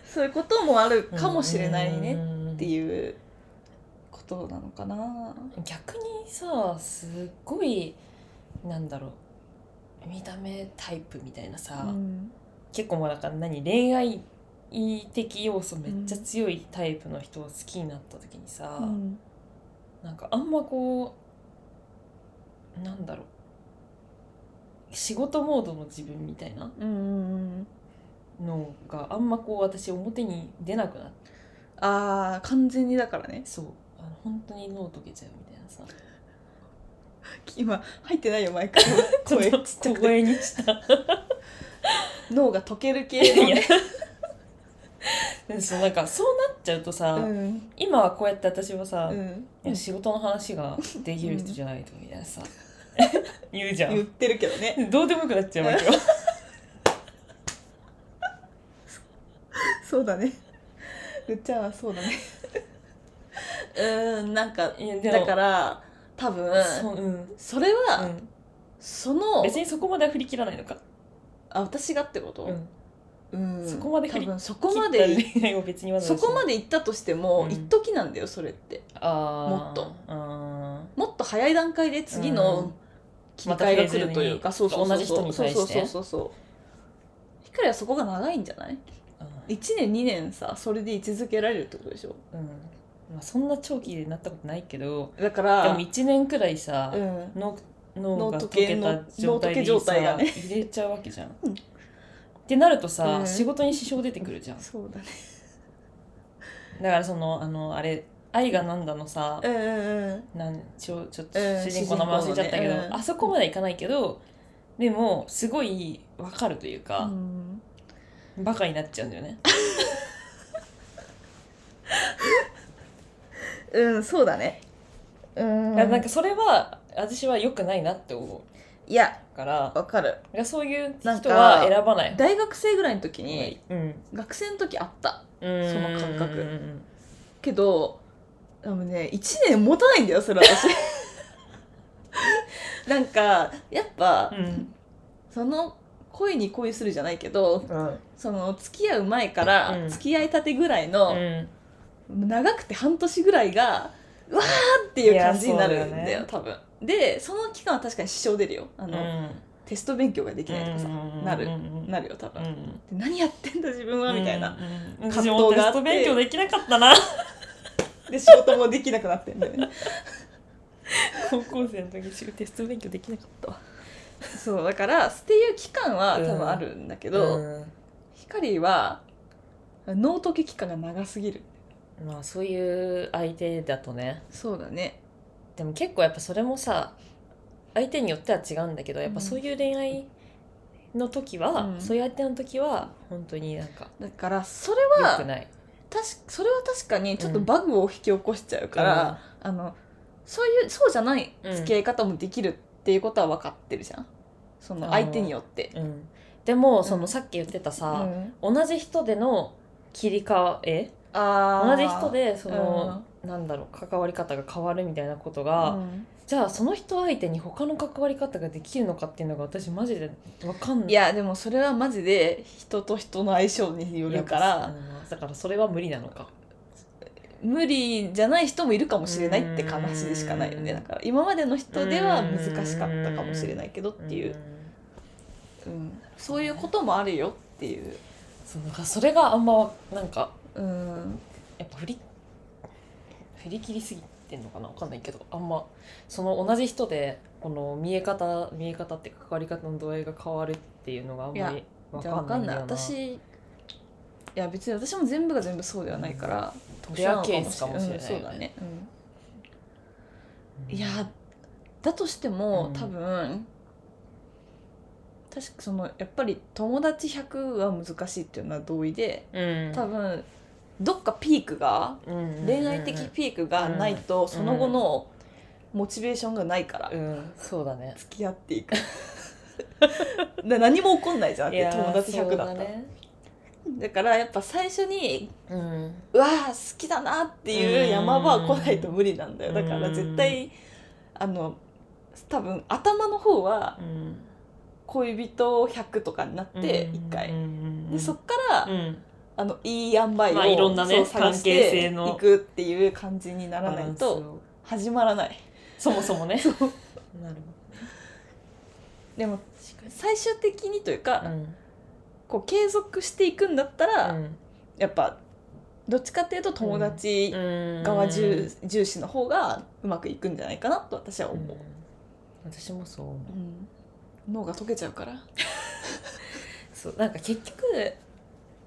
B: そういうこともあるかもしれないね
A: っ
B: っていうことなのかな
A: 逆にさすっごいなんだろう見た目タイプみたいなさ、
B: うん
A: 結構もうなんか何恋愛的要素めっちゃ強いタイプの人を好きになった時にさ、
B: うん
A: なんかあんまこうなんだろう仕事モードの自分みたいな
B: うんうん
A: のがあんまこう私表に出なくなって
B: ああ完全にだからね
A: そうあの本当に脳溶けちゃうみたいなさ
B: 今入ってないよ [laughs] マイク声
A: ちょっと
B: ちっちゃ
A: 小
B: くて
A: 声にした
B: 脳が溶ける系の
A: いやでそうなんかそうなっちゃ [laughs] うとさ、
B: うん
A: 今はこうやって私はさ、
B: う
A: い
B: ん
A: や仕事の話ができる人じゃないとみたいなさ、 [laughs] 言うじゃ
B: 言っ
A: ん
B: てるけどね
A: どうでもよくなっちゃうわけよ
B: [laughs] そうだねうっちゃんはそうだねうんなんか
A: いやでも
B: だから多分
A: そううん、うん、
B: それはその
A: 別にそこまでは振り切らないのか、
B: あ私がってこ
A: う
B: と
A: ん、
B: うん
A: そこまで振
B: 多
A: り
B: 分そこま
A: 切
B: で
A: った恋愛を別にわざ
B: そ
A: わざ
B: こまで行ったとしても
A: うん
B: 一時なんだよそれって
A: あー
B: もっと
A: あ
B: もっと早い段階で次
A: うん
B: の切り替えが来るというか
A: またフェーズに
B: そうそうそう
A: 同じ人に対して
B: そうそうそうそう光はそこが長いんじゃない
A: ー
B: 1年2年さそれで居続けられるってことでしょ
A: うん、まあ、そんな長期でなったことないけど
B: だか
A: で
B: ら
A: も1年くらいさ、
B: うん
A: 脳脳が
B: 脳溶
A: 溶
B: け
A: け
B: の
A: た状態で
B: 脳溶け状
A: さ
B: 態がね
A: 入れちゃうわけじゃん。
B: うん
A: ってなるとさ、
B: うん
A: 仕事に支障出てくるじゃんだ
B: そうだね
A: からそのあのあれ「愛がなんだ」のさ、
B: [laughs] うんうんうん
A: なんちょちょっと
B: うん
A: 主人公の名前忘れちゃったけ
B: 主人
A: ど、
B: 公のねうん
A: あそこまではいかないけどでもすごいわかるという
B: う
A: か、
B: ん
A: バカになっちゃうんだよね。
B: うんそうだねうん
A: だからなんかそれは私は良くないなって思
B: いや
A: うからだか
B: わかる
A: らそういう人
B: なんか
A: は選ばない。
B: 大学生ぐらいの時に
A: うん、
B: 学生の時あった
A: その
B: の感覚
A: うん
B: けど多分ね1年持たないんだよそれ [laughs] 私なんかやっぱ、
A: うん
B: その恋に恋するじゃないけど
A: うん
B: その付き合う前から
A: うん
B: 付き合いたてぐらいの、
A: うん
B: 長くて半年ぐらいがうわーっていう感じになるんだよ
A: いや
B: 多分でその期間は確かに支障出るよあ
A: う
B: の、
A: ん
B: テスト勉強ができないとかさ、なるな
A: る
B: るよ多
A: う
B: 分、で
A: ん
B: 何やってんだ自分はみたいな、
A: うん
B: 葛
A: 私
B: 藤があ
A: も
B: って
A: テスト勉強できなかったな
B: で仕事もできなくなってんだよ [laughs] ね
A: 高校生の時テスト勉強できなかったわ
B: そうだからっていう期間は多分あるんだけ
A: け
B: ど、光は脳溶け期間が長すぎる
A: まあそういう相手だとね
B: そうだね
A: でも結構やっぱそれもさ相手によっては違うんだけどやっぱそういう恋愛の時は、
B: うん
A: そういう相手の時は本当になんか
B: だからそれ
A: 良く
B: は
A: ない
B: 確それは確かにちょっとバグを引き起こしちゃうか、
A: からら、
B: あのそういうそうじゃない
A: うん
B: 付き合い方もできるっていうことは分かってるじゃんその相手によって。
A: うん、でも
B: ん
A: そのさっき言ってた
B: う
A: さ、
B: ん
A: 同じ人での切り替え
B: あ
A: 同
B: ー
A: じ人でその、なんだろう関わり方が変わるみたいなこと
B: うん
A: が、
B: うん
A: じゃあその人相手に他の関わり方ができるのかっていうのが私マジで分かんない
B: いやでもそれはマジで人と人の相性によるか
A: あ
B: ら
A: のだからそれは無理なのか
B: 無理じゃない人もいるかもしれないって話でしかないよね
A: うん
B: だから今までの人では難しかったかもしれないけどっていう、うんそういうこともあるよっていう。
A: そのかそれがあんまわなんか
B: うん
A: やっぱ振り振り切りすぎてんのかなわかんないけどあんまその同じ人でこの見え方見え方っていうか関わり方の度合いが変わるっていうのがあんま
B: い
A: りわ
B: じゃあ分かんない
A: んだよ
B: 私いや別に私も全部が全部そうではないから
A: レアケースかもしれないよね
B: うんそうだね、
A: う
B: うんんいやだとしても、
A: うん
B: 多分確かそのやっぱり友達100は難しいっていうのは同意で
A: うん
B: 多分どっかピークが恋愛的ピークがないと、
A: ん
B: その後のモチベーションがないから、
A: うん、うんそうだね
B: 付き合っていく [laughs] な何も起こんないじゃんっ
A: い
B: て
A: やー
B: 友達100だったら
A: そうね
B: だからやっぱ最初に
A: うん
B: うわー好きだなっていう山場は来ないと無理なんだよ
A: うん
B: だから絶対あの多分頭の方は
A: うん
B: 恋人100とかになって
A: うん
B: 一回
A: うん
B: でそっから、
A: うん
B: あのいい塩梅を、
A: まあいろんなね
B: そう探し
A: 関係
B: て
A: 性の
B: いくっていう感じにならない
A: バランス
B: と
A: を
B: 始まらない
A: そもそもねなる
B: でも
A: ほ
B: 最終的にというか、
A: どうん
B: こう継続していくんだったら、
A: うん
B: やっぱどっちかっていうと友達側重,、重視の方がうまくいくんじゃないかなと私は
A: うん
B: 思う。
A: 私もそう思う
B: 脳が溶けちゃうから
A: そうなんか結局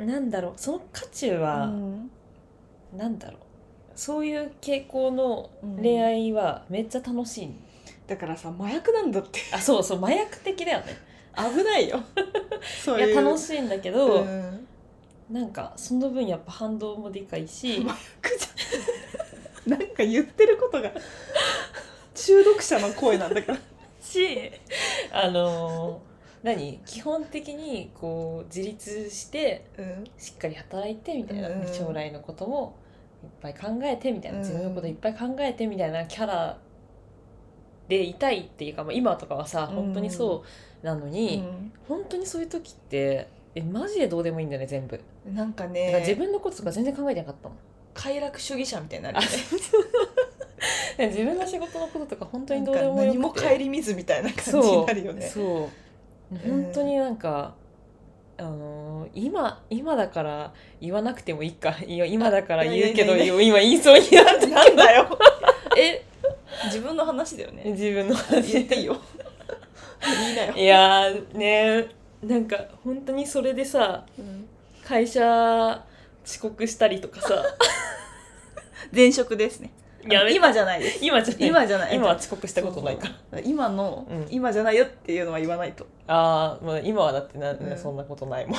A: なんだろうその渦中は、
B: うん
A: なんだろうそういう傾向の
B: うん
A: 恋愛はめっちゃ楽しい、
B: だからさ麻薬なんだって [laughs]
A: あそうそう麻薬的だよね
B: 危ないよ [laughs] そういう
A: いや楽
B: い
A: しいんだけ
B: う
A: ど、
B: ん
A: なんかその分やっぱ反動もでかいし
B: 麻薬じゃん [laughs] なんか言ってることが中毒者の声なんだから
A: しあのー何基本的にこう自立して
B: [laughs] うん
A: しっかり働いてみたいな、
B: うん
A: 将来のこともいっぱい考えてみたいな、
B: うん
A: 自分のこといっぱい考えてみたいなキャラでいたいっていうか、まあ、今とかはさ
B: うん
A: 本当にそうなのに、本当にそういう時ってえマジでどうでもいいんだよね全部だか
B: うんなんからね
A: 自分のこととか全然考えてなか
B: [laughs]
A: ったもん、
B: 快楽主義者みたいになるよね
A: 自分の仕事のこととか本当にどう
B: な
A: で
B: んか
A: もよ
B: 何も
A: くて
B: 顧みずみたいな感じ
A: そう
B: になるよね
A: そう
B: うん
A: 本当になんか、あのー今今だから言わなくてもいいかいや今だから言うけど
B: あいやいや
A: 今言いそうになってた
B: [laughs] なんだよえ自分の話だよね
A: 自分の
B: 言っ
A: 話
B: ていいよ言 [laughs] いなよ
A: いやーねーなんか本当にそれでさ
B: うん
A: 会社遅刻したりとか [laughs] さ
B: 前職ですね
A: やめ
B: 今じゃないです
A: 今じゃない
B: 今じゃない
A: 今は遅刻したことないから
B: ら今の、
A: うん
B: 今じゃないよっていうのは言わないと
A: あー、まあ今はだってな、
B: うん
A: そんなことないもん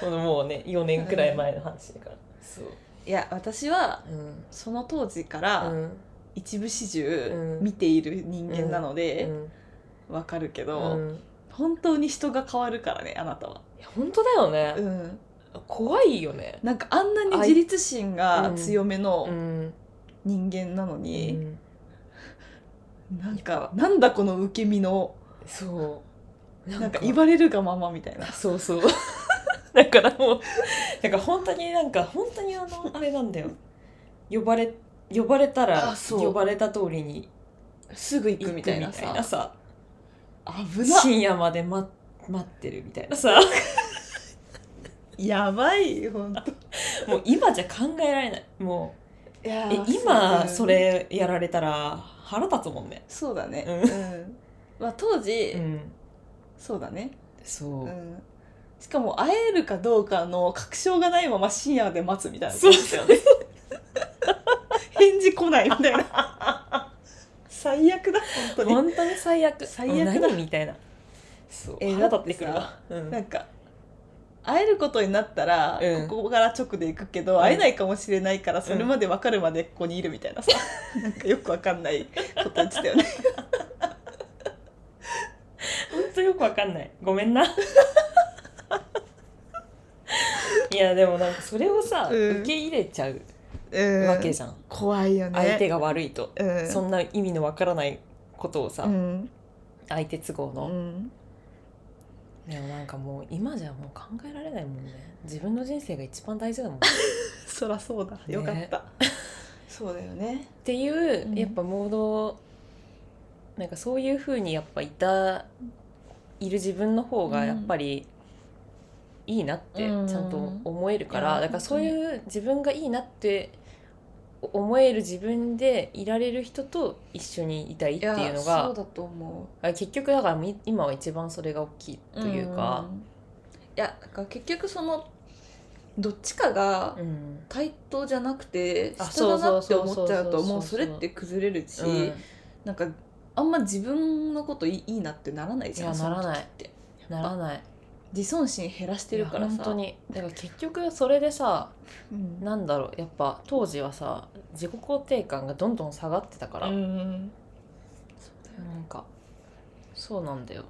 A: このもうね4年くらい前の話だから、そう
B: いや私は
A: うん
B: その当時か
A: う
B: ら
A: ん
B: 一部始
A: う
B: 終
A: ん
B: 見ている人間なの
A: う
B: で
A: ん
B: わ、かるけ
A: う
B: ど、
A: ん
B: 本当に人が変わるからねあなたは、
A: いや本当だよね、
B: うん、
A: 怖いよね
B: なんかあんなに自立心が強め
A: う
B: の
A: ん、
B: 人間なのに、
A: うん
B: なんかなんだこの受け身の
A: そう
B: なんか言われるがままみたいな
A: そうそう [laughs] だからもうだから本当になんか本当にあのあれなんだよ呼ばれ呼ばれたら
B: あそう
A: 呼ばれた通りに
B: すぐ行
A: 行
B: く
A: く
B: み
A: み
B: た
A: た
B: い
A: い
B: な
A: な
B: さ
A: さ
B: 危な
A: 深夜まで待待ってるみたいな [laughs] さ
B: やばい本当
A: もう今じゃ考えられないも
B: いうや
A: え
B: ー
A: 今
B: そう
A: それやられたら腹立つもんね
B: そうだね
A: うん
B: うんまあ当時、
A: うん
B: そうだね
A: そう、
B: うんしかも会えるかどうかの確証がないまま深夜まで待つみたいな
A: そうですよね
B: 返事来ないみたいな
A: [laughs]
B: 最悪だ本当に
A: 本当に最悪
B: 最悪だ
A: 何みたいなそう
B: え
A: 腹立ってくる
B: だ
A: わ、うん
B: なんか会えることになったら、
A: うん
B: ここから直で行くけど、
A: うん
B: 会えないかもしれないからそれまで分かるまでここにいるみた
A: [laughs]
B: いなさ、なんかよく分かんないこと言ってたよね
A: ほんとよくわかんないごめ
B: [laughs]
A: んないやでもなんかそれをさ、
B: うん
A: 受け入れちゃう
B: う
A: わけじゃん、
B: 怖いよね
A: 相手が悪いと、
B: うん
A: そんな意味のわからないことをさ、
B: うん
A: 相手都合
B: う
A: の、
B: ん
A: でもなんかもう今じゃもう考えられないもんね自分の人生が一番大事だもんっ
B: そらそうだよかった、そうだよね
A: ていう、
B: うん
A: やっぱモードなんかそういうふうにやっぱいたいる自分の方がやっぱりいいなってちゃ
B: うん
A: んと思えるから、
B: うん
A: だからそういう自分がいいなって思える自分でいられる人と一緒にいたいっていうの
B: そ
A: が
B: うだと思
A: あ結局だからもう今は一番それが大きいうというか、
B: んいやだから結局そのどっちかが
A: うん
B: 対等じゃなくて
A: あ
B: 下だなって
A: そうそうそうそう
B: 思っちゃう
A: そうそ
B: と
A: うそう
B: もうそれって崩れるし、
A: うん
B: なんかあんま自分のこといいいいなってならないじゃん
A: いやならない
B: その時って
A: ならない
B: 自尊心減らしてるからさ
A: いや本当にだから結局それでさ
B: うん
A: なんだろうやっぱ当時はさ自己肯定感がどんどん下がってたから、
B: うんそうだよね
A: なんかそうなんだよ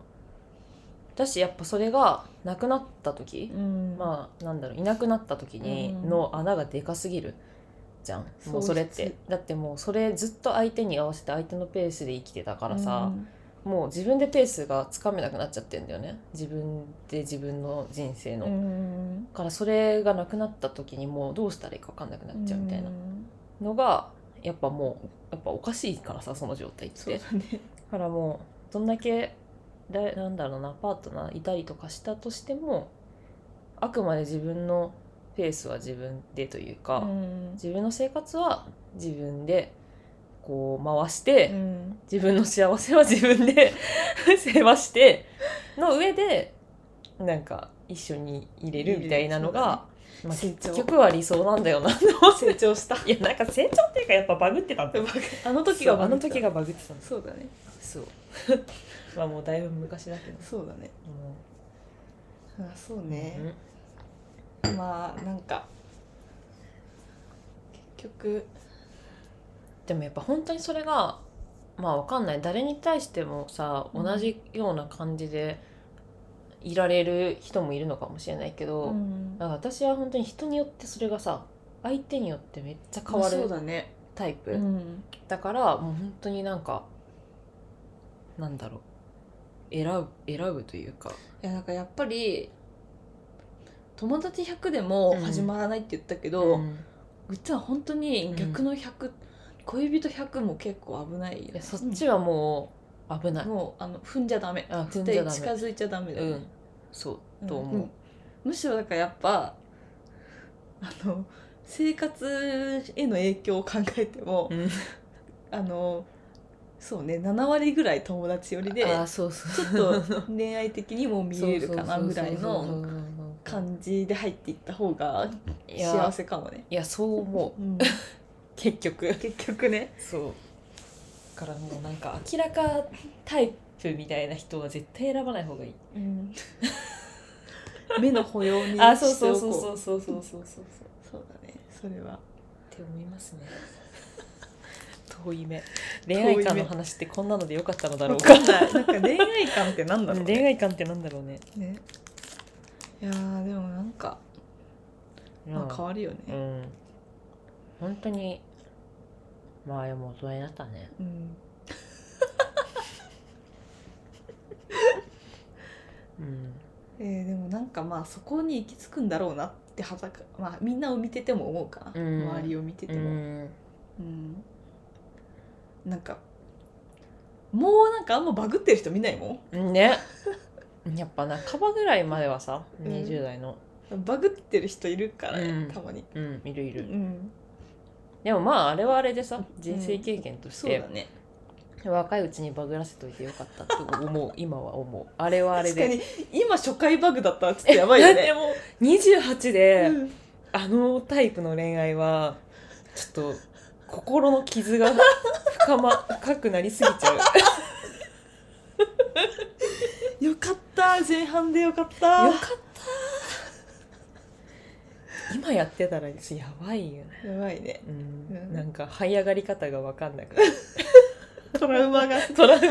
A: だしやっぱそれがなくなった時、
B: うん
A: まあなんだろういなくなった時に
B: うん
A: の穴がでかすぎるじゃん、もうそれっ
B: そ
A: て
B: うです
A: だってもうそれずっと相手に合わせて相手のペースで生きてたからさ
B: う、ん
A: もう自分でペースがつかめなくなっちゃってんだよね自分で自分の人生の。
B: うん
A: だからそれがなくなった時にもうどうしたらいいか分かんなくなっちゃうみたいな
B: うん
A: のがやっぱもうやっぱおかしいからさその状態っ
B: そう
A: てだ
B: だね
A: からもうどんだけだなんだろうなパートナーいたりとかしたとしてもあくまで自分のペースは自分でというか、
B: うん
A: 自分の生活は自分でこう回して、
B: うん
A: 自分の幸せは自分で [laughs] 世話しての上でなんか一緒に入れるみたいなのが、まあ、
B: 成長
A: 結局は理想なんだよな
B: 成長した
A: [laughs] いやなんか成長っていうかやっぱバグってたんだよあの時
B: そう
A: があの時がバグってたんです
B: そうだね
A: そう [laughs] まあもうだいぶ昔だけど
B: そうだね
A: も
B: あそう
A: う
B: ね、
A: うん
B: まあなんか結局
A: でもやっぱ本当にそれがまあわかんない誰に対してもさ
B: うん
A: 同じような感じでいられる人もいるのかもしれないけど、
B: ん
A: だから私は本当に人によってそれがさ相手によってめっちゃ変
B: 変わ
A: わ
B: る
A: る
B: だね
A: タイプ
B: う
A: だ,、
B: ん
A: からもう本当になんかなんだろう選ぶ選ぶというか
B: いやなんかやっぱり友達100でも始まらないって言ったけど、う
A: うん
B: ちは本当に逆の100、恋人100も結構危ないよ
A: いやそっちはもう危ない、
B: もうあの踏んじゃダメ
A: あ踏
B: 絶
A: んじゃ
B: 対
A: ダメ
B: 近づいちゃダメだ
A: う
B: よね、
A: ん、そうと思う、
B: んむしろだからやっぱあの生活への影響を考えて
A: [laughs]
B: も、
A: うん
B: あのそうね7割ぐらい友達寄りで
A: あそうそう
B: ちょっと恋愛的にも見えるかなぐらいの感じで入っていった方が
A: いや
B: 幸せかもね。
A: いやそう思う
B: うん
A: [laughs] 結局
B: 結局ね
A: そうだからもうなんか明らかタイプみたいな人は絶対選ばない方がいい [laughs]
B: 目の保養にしておこう
A: あそうそうそうそうそうそうそうそう
B: そうだねそれは
A: って思います
B: [laughs]
A: ね遠い目恋愛観の話ってこんなのでよかったのだろうか
B: わかん [laughs] ないなんか恋愛観ってなんだろうね
A: 恋愛観ってなんだ [laughs] ろうね、
B: ねいやーでもなんか、まあ、変わるよ
A: う
B: ね、
A: ん本当にまあでも大人になったね
B: うん
A: うん
B: えーでもなんかまあそこに行き着くんだろうなってはたか、まあ、みんなを見てても思うか
A: う
B: な、
A: ん
B: 周りを見てて
A: う
B: も、
A: ん
B: うんなんかもうなんかあんまバグってる人見ないも
A: ね [laughs] やっぱ半ばぐらいまではさ
B: うん
A: 20代の
B: んバグってる人いるから、
A: うん
B: たまに、
A: うんいるいうる
B: ん、
A: でもまああれはあれでさ人生経験とし
B: そう
A: て
B: だね
A: 若いうちにバグらせといてよかったって思う今は思うあれはあれ
B: 確か
A: で
B: に今初回バグだったらちょっとやばいよ
A: で [laughs]
B: ね、
A: も28で、
B: うん
A: あのタイプの恋愛はちょっと心の傷が [laughs] 深,、ま、深くなりすぎちゃう
B: 余
A: かった前半でよかった
B: よかっ
A: 今やってたらやばいよね、
B: たやばいね
A: うん
B: うん
A: なんか這い上がり方が分かんなくなる [laughs]
B: トラウマが
A: トラウマ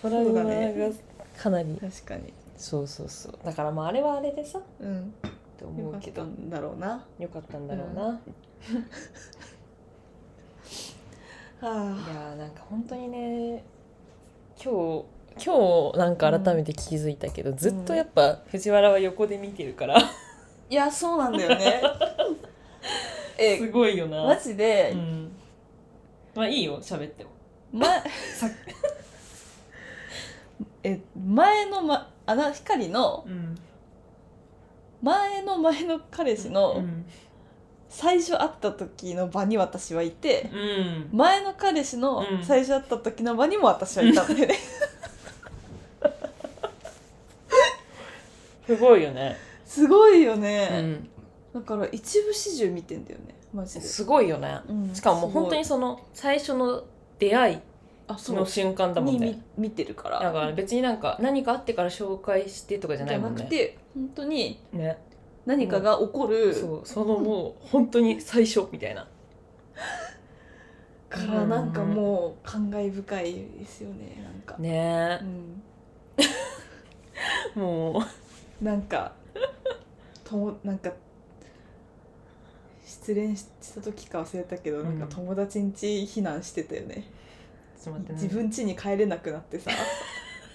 A: トラウマ
B: そうだ
A: が
B: ね
A: かなり
B: 確かに
A: そうそうそうだからまああれはあれでさっ
B: うん
A: て
B: よ
A: 思
B: か
A: う
B: っ
A: け
B: た
A: ど
B: んだろうな
A: よかったんだろうな、い
B: は
A: やーなんか本当にね今日今日なんか改めて気づいたけど、ずっとやっぱ藤原は横で見てるから、
B: いやそうなんだよ
A: [laughs]
B: ねえ
A: すごいよな
B: マジで
A: う、ん、まあいいよ喋っても
B: ま、 [laughs] え前の、ま、あな光の
A: うん
B: 前の前の彼氏の、
A: うん、
B: 最初会った時の場に私はいて、
A: うん、
B: 前の彼氏の
A: うん
B: 最初会った時の場にも私はいたんだよね、
A: [laughs] すごいよね、
B: すごいよ
A: う
B: ね、
A: ん、
B: だから一部始終見てんだよねマジで、
A: すごいよね
B: うん
A: しかももう本当に
B: す
A: その最初の出会い
B: ごいあそう
A: の瞬間だもん
B: に
A: ね
B: 見見てるから
A: だから別になんか何かあってから紹介してとかじゃ
B: じ
A: ない
B: ゃ
A: も
B: なんく
A: ね
B: て本当に
A: ね
B: 何かが起こる
A: そうそのもう本当に最初みたい [laughs] な
B: からなんかもう感慨深いですよねなんか、
A: ね
B: うん、
A: も
B: なんかともなんか失恋した時か忘れたけど、なんか
A: うん
B: 友達ん家避難してたよね
A: うちょっと待ってね
B: 自分家に帰れなくなっ
A: [laughs]
B: てさ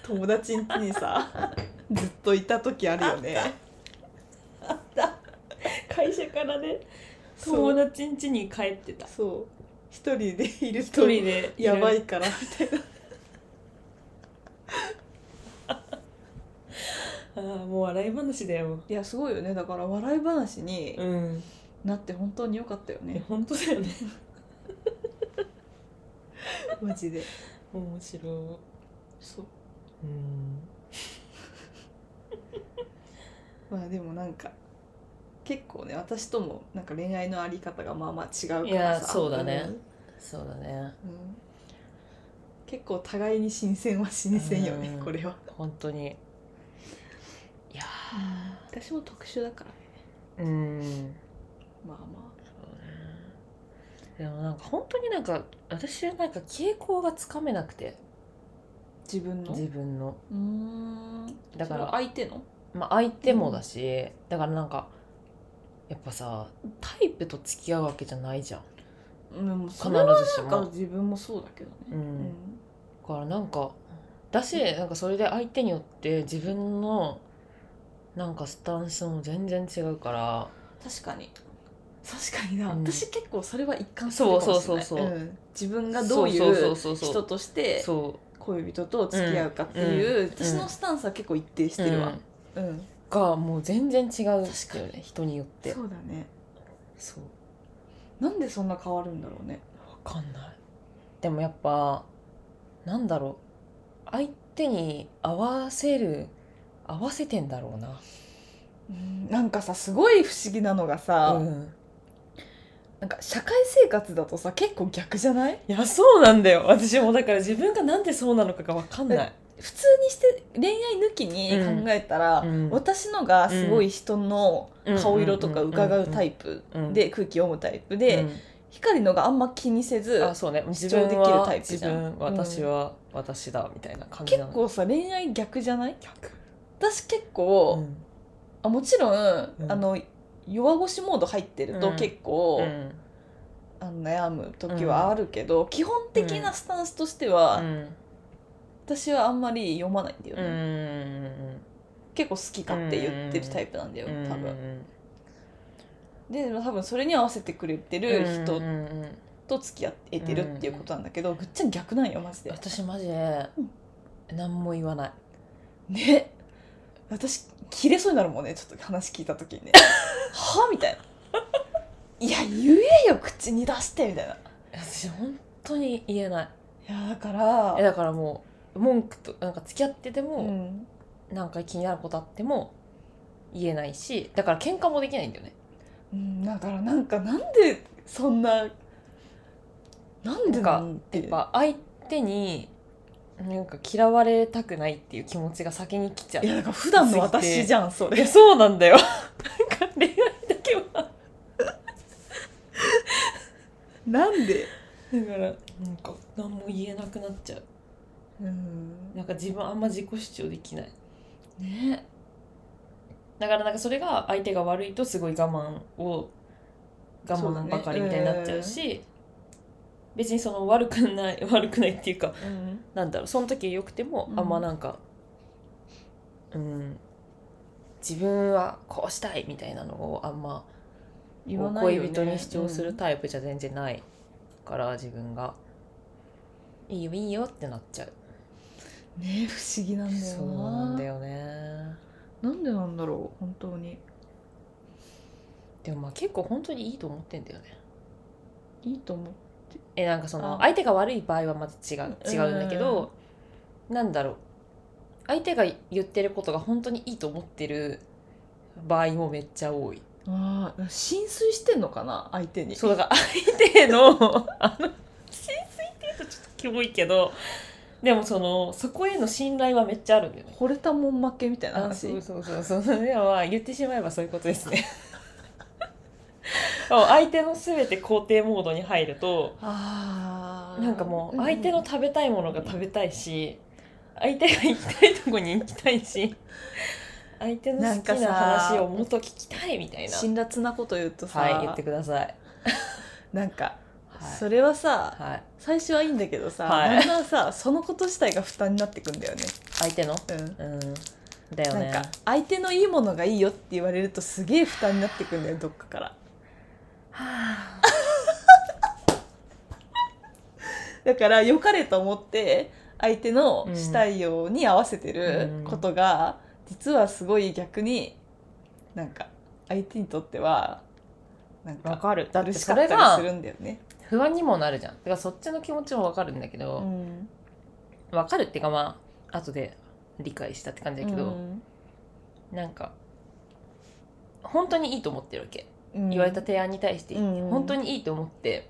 B: 友達ん家にさずっといた時あるよね
A: 会社からね
B: そ
A: 友
B: う
A: 達ん家に帰ってた
B: そう一人でいる
A: 一
B: と
A: 人で
B: やば
A: い
B: いからみたい
A: ろ
B: な
A: いろあーもう笑い話だよ
B: いやすごいよねだから笑い話に
A: うん
B: なって本当に良かったよ
A: え
B: ね、
A: 本当だよね
B: マジで
A: 面白い
B: そう
A: うん
B: まあでもなんか結構ね私ともなんか恋愛のあり方がまあまあ違うからさ
A: いやそうだねそうだね
B: うんうん結構互いに新鮮は新鮮よね
A: うん
B: これは
A: 本当にいや
B: 私も特殊だから
A: ー
B: ね
A: うん
B: まあま
A: そうねでもなんか本当になんか私はなんか傾向がつかめなくて
B: あ自分の
A: 自分の
B: うーん
A: だから
B: それは相手の
A: まあ、相手もだし、だからなんかやっぱさタイプと付き合うわけじゃないじゃん
B: うん
A: 必
B: それは
A: ずし
B: なんか
A: も
B: 自分もそうだけどね
A: うんだからなんかだしなんかそれで相手によって自分のなんかスタンスも全然違うから
B: 確かに確かにな、
A: うん
B: 私結構それは一貫するかもしれない
A: そうそうそうそうん
B: 自分がどうい
A: そうそううそうそう
B: 人として
A: そ
B: 恋人と付き合うかっていう、私のスタンスは結構一定し
A: う、
B: てるわ、
A: うん
B: うん、
A: がもう全然違うよね
B: 確かに
A: 人によって
B: そうだね
A: そう
B: なんでそんな変わるんだろうね
A: わかんないでもやっぱなんだろう相手に合わせる合わせてんだろうな
B: なんかさすごい不思議なのがさ、
A: うん
B: なんか社会生活だとさ結構逆じゃない
A: いやそうなんだよ私もだから自分がなんでそうなのかが分かんない、
B: 普通にして恋愛抜きに考えたら、
A: うん
B: 私のがすごい人の顔色とか伺うタ
A: イ
B: イプで空気読むタイプで、光のがあんま気にせず
A: あそうね自
B: 主
A: 分
B: 張
A: は
B: できるタイプじゃん
A: 自分私は私だみたいな感じ
B: 結
A: なの
B: 構さ恋愛逆じゃない
A: 逆
B: 私結
A: う
B: 構、
A: ん
B: あもちろん、
A: うん
B: あの弱腰モード入ってる
A: う
B: と
A: ん
B: 結構、
A: うん
B: あの悩む時はあるけど、基本的なスタンスとしては、私はあんまり読まないんだよ
A: う
B: ね、
A: ん
B: 結構好き勝手言ってるタイプなんだよ、
A: うん
B: 多分ででも多分それに合わせてくれてる
A: う
B: 人
A: んうんうん
B: と付き合えてるっていうことなんだけど、ぐっちゃん逆なんよマジで
A: 私マジで
B: うん
A: 何も言わない
B: ね私切れそうになるもんねちょっと話聞いた時
A: [laughs]
B: にねはみたいないや言えよ口に出してみたいない
A: 私本当に言えない
B: やだか
A: え
B: ら
A: だからもう文句となんか付き合ってて
B: う
A: も、
B: ん
A: なんか気になることあっても言えないしだから喧嘩もできないんだよね
B: うんだからなんかなんでそんななんでなんて
A: やっぱ相手になんか嫌われたくないっていう気持ちが先に来ちゃう
B: いやだから普段の私じゃんそ
A: いや
B: れ
A: そうなんだよなんか恋愛だけは
B: なんで
A: だからなんか何も言えなくなっちゃう
B: うん
A: なんか自分あんま自己主張できない
B: ね
A: だからなんかそれが相手が悪いとすごい我慢を我
B: そうだ
A: 慢
B: ね
A: ばかりみたいになっちゃうし別にその悪くない [laughs] 悪くないっていうか
B: うん
A: なんだろうその時良くても
B: うん
A: あんまなんかうん、自分はこうしたいみたいなのをあんま
B: 言わない
A: 恋
B: よね
A: 人に主張するタイプじゃ全然ないから自分が「いいよいいよ」ってなっちゃう
B: うんね不思議なんだよな
A: そうなんだよね
B: なんでなんだろう本当に
A: でもまあ結構本当にいいと思ってんだよね
B: いいと思う
A: えなんかその
B: あ
A: 相手が悪い場合はまた違う
B: うん
A: 違うんだけど、なんだろう相手が言ってることが本当にいいと思ってる場合もめっちゃ多い
B: ああ浸水してんのかな相手に
A: そうだから相手の [laughs] あの浸水っていうとちょっとキモいけどでもそのそこへの信頼はめっちゃあるんだよね
B: 惚れたもん負けみたいな
A: あ
B: 話
A: そうそうそうそうそれは言ってしまえばそういうことです
B: [laughs]
A: ねもう相手の全て肯定モードに入ると
B: あー
A: なんかもうん相手の食べたいものが食べたいし相手が行きたいとこに行きたいし相手の好きな話をもっと聞きたいみたいな
B: 辛辣なこと言うとさ、
A: はい言ってください
B: なんか、
A: はい
B: それはさ
A: はい
B: 最初はいいんだけどさ、
A: はい
B: だんだんさそのこと自体が負担になってくんだよね、
A: 相手の
B: うん
A: うんだよ
B: なん
A: ね
B: か相手のいいものがいいよって言われるとすげえ負担になってくんだよどっかから
A: はあ
B: だから良かれと思って相手のしたいように合わせて
A: うん
B: ることが、実はすごい逆になんか相手にとってはなん
A: わ
B: か
A: かるだって
B: 苦しか
A: そ
B: っ
A: れ
B: たりす
A: が
B: るんだよね。
A: 不安にもなるじゃんだからそっちの気持ちもわかるんだけ
B: う
A: ど
B: ん
A: わかるっていうかまあ後で理解したって感じだけ
B: う
A: ど
B: ん
A: なんか本当にいいと思ってるわけ
B: うん
A: 言われた提案に対して
B: うん
A: 本当にいいと思って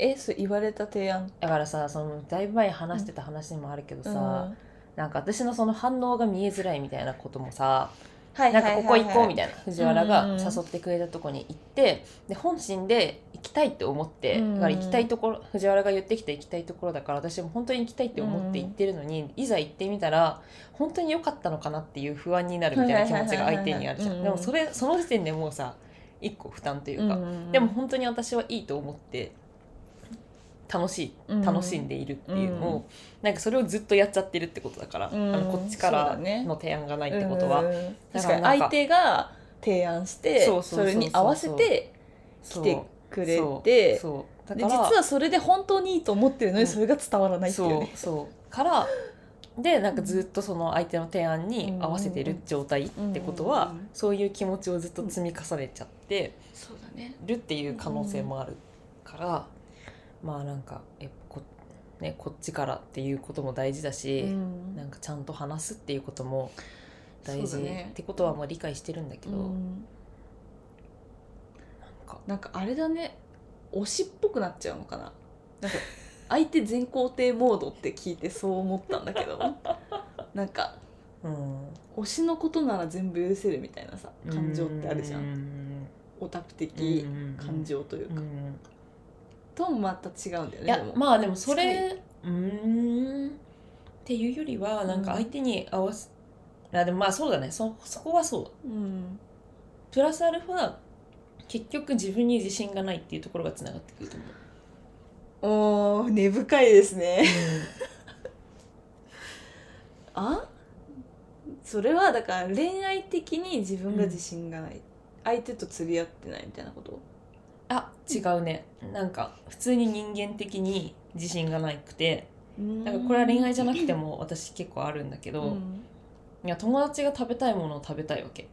B: えそう言われた提案
A: だからさそのだいぶ前に話してた話にもあるけどさ、
B: うん
A: なんか私のその反応が見えづらいみたいなこともさ、
B: はい
A: なんかここ行こうみ
B: た
A: たいな藤原が
B: うんうん
A: 誘ってくれたとこに行ってで本心で行きたいって思って、
B: うん
A: だから行きたいところ藤原が言ってきた行きたいところだから私も本当に行きたいって思って行ってるのに、いざ行ってみたら本当に良かったのかなっていう不安になるみたいな気持ちが相手にあるじゃ。
B: はいはいはいはいうんうんん
A: でもそれその時点でもうさ一個負担というか、でも本当に私はいいと思って楽しい
B: うん
A: 楽しんでいるっていうのを、なんかそれをずっとやっちゃってるってことだから、
B: うん
A: あのこっちか
B: そう
A: ら
B: だね
A: の提案がないってことは、だ
B: 確
A: から
B: か
A: な
B: に
A: んか
B: 相手が提案して
A: そうそうそう
B: それに合わせて
A: そ
B: 来
A: う
B: てくれ
A: そう
B: て
A: そうだ
B: で
A: か
B: 実
A: ら
B: はそれで本当にいいと思ってるの
A: う
B: に
A: ん
B: それが伝わらないっていう
A: そ
B: ね。
A: うそうからでなんかずっとその相手の提案に合わせてる状態ってことは、
B: うん
A: そういう気持ちをずっと積み重ねちゃって
B: そうだね
A: るっていう可能性もあるから、まあなんかやっぱこ,、ね、こっちからっていうことも大事だし。なんかちゃんと話すっていうことも大
B: そ
A: 事、
B: うだね
A: ってことはもう理解してるんだけど、
B: うん
A: なんか
B: なんかあれだね推しっぽくなっちゃうのかななんか相手全肯定モードって聞いてそう思ったんだけ [laughs] どなんか
A: うん
B: 推しのことなら全部許せるみたいなさ感情ってあるじゃん
A: ん
B: オタク的感情という
A: う
B: か、
A: ん
B: ともまた違うんだよね
A: いや
B: でも
A: まあでもそ
B: 近
A: れうーんっていうよりはなんか相手に合わせ、あでもまあそうだねそそこはそう
B: うん
A: プラスアルファ結局自分に自信がないっていうところがつながってくると思う
B: おー根深いですねあそれはだから恋愛的に自分が自信がない、相手と釣り合ってないみたいなこと
A: あ違うねなんか普通に人間的に自信がなくてだからこれは恋愛じゃなくても [laughs] 私結構あるんだけど、
B: うん
A: いや友達が食べたいものを食べたいわけ、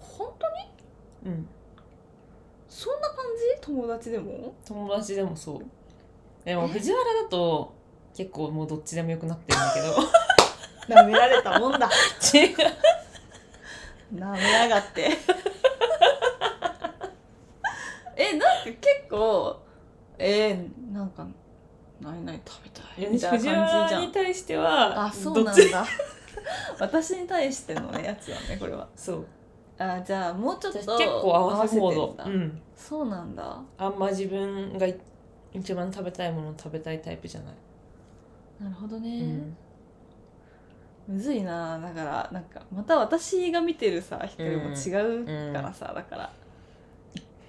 B: 本当に
A: うん、
B: そんな感じ友達でも
A: 友達でもそうでも
B: え
A: 藤原だと結構もうどっちでもよくなってるんだ
B: 舐められたもんだ
A: けど違う
B: [laughs] 舐めやがって [laughs] えなんか結構えー、なんかないない食べたいみたい
A: 藤
B: な感じじ
A: 原
B: ゃ
A: に
B: ん
A: 対しては
B: あそうなん
A: どっち
B: だ [laughs] 私に対してのねやつだねこれは
A: そう
B: あじゃあもうちょっと
A: 結構合わせモード
B: 合わせ
A: う
B: てんだ
A: ん
B: そうなんだ
A: あんま自分が一番食べたいものを食べたいタイプじゃない、
B: なるほど
A: う
B: ね、
A: ん
B: むずいなだからなんかまた私が見てるさ光も違うからさ、だから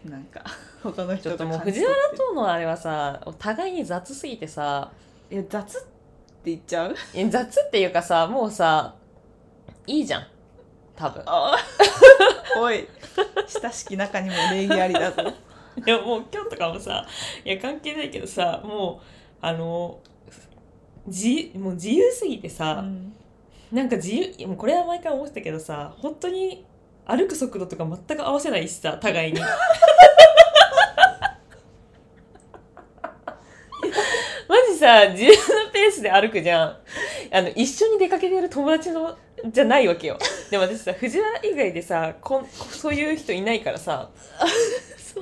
B: なんか [laughs] 他の
A: ち
B: 人
A: ょっ
B: が
A: ともう
B: 感じ
A: 藤
B: 取っ
A: 原
B: て
A: とのあれはさお互いに雑すぎてさ
B: いや雑って言っちゃう
A: いや雑っていうかさもうさいいじゃん多分
B: あ [laughs] おい親しき中にも礼儀あり
A: [laughs]
B: だぞ
A: いやもう今日とかもさいや関係ないけどさもうあのじもう自由すぎてさ、なんか自由もうこれは毎回思ってたけどさ本当に歩く速度とか全く合わせないしさ互いに [laughs] マジさ自由なペースで歩くじゃんあの一緒に出かけてる友達のじゃないわけよでも私さ藤原以外でさこんこそういう人いないからさ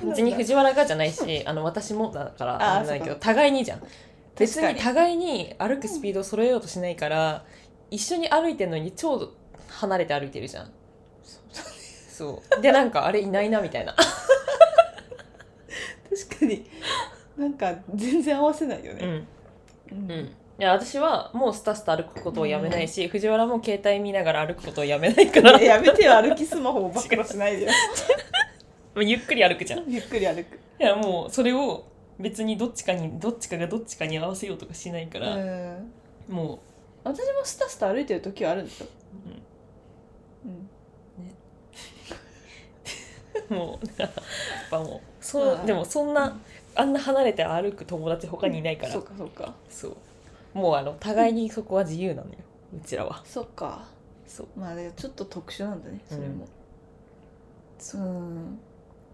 A: 別に藤原がじゃないしあの私もだから
B: あー
A: あれないけ
B: そ
A: ど
B: うか
A: 互いにじゃん別
B: 確か
A: に
B: に
A: 互いに歩くスピードを揃えようとしないから、一緒に歩いてるのにちょうど離れて歩いてるじゃんそうでなんかあれいないなみたいな
B: 確かになんか全然合わせないよ
A: う
B: ね、
A: ん
B: うん
A: うんいや私はもうスタスタ歩くことをやめないし、藤原も携帯見ながら歩くことをやめないから
B: いややめてよ歩きスマホをバカしないでよ
A: ゆっくり歩くじゃんい
B: ゆっくり歩く
A: やもうそれを別にどっちかにどっちかがどっちかに合わせようとかしないか
B: う
A: ら、
B: ん
A: も
B: 私もスタスタ歩いてる時はあるんですよ、うん、
A: うもうやっぱもうそううんでもそんなあんな離れて歩く友達他にいないから
B: そうかそうか
A: そうもうあの互いにそこは自由なのようちらは
B: そっか
A: そう
B: まあでもちょっと特殊なんだねそれもうん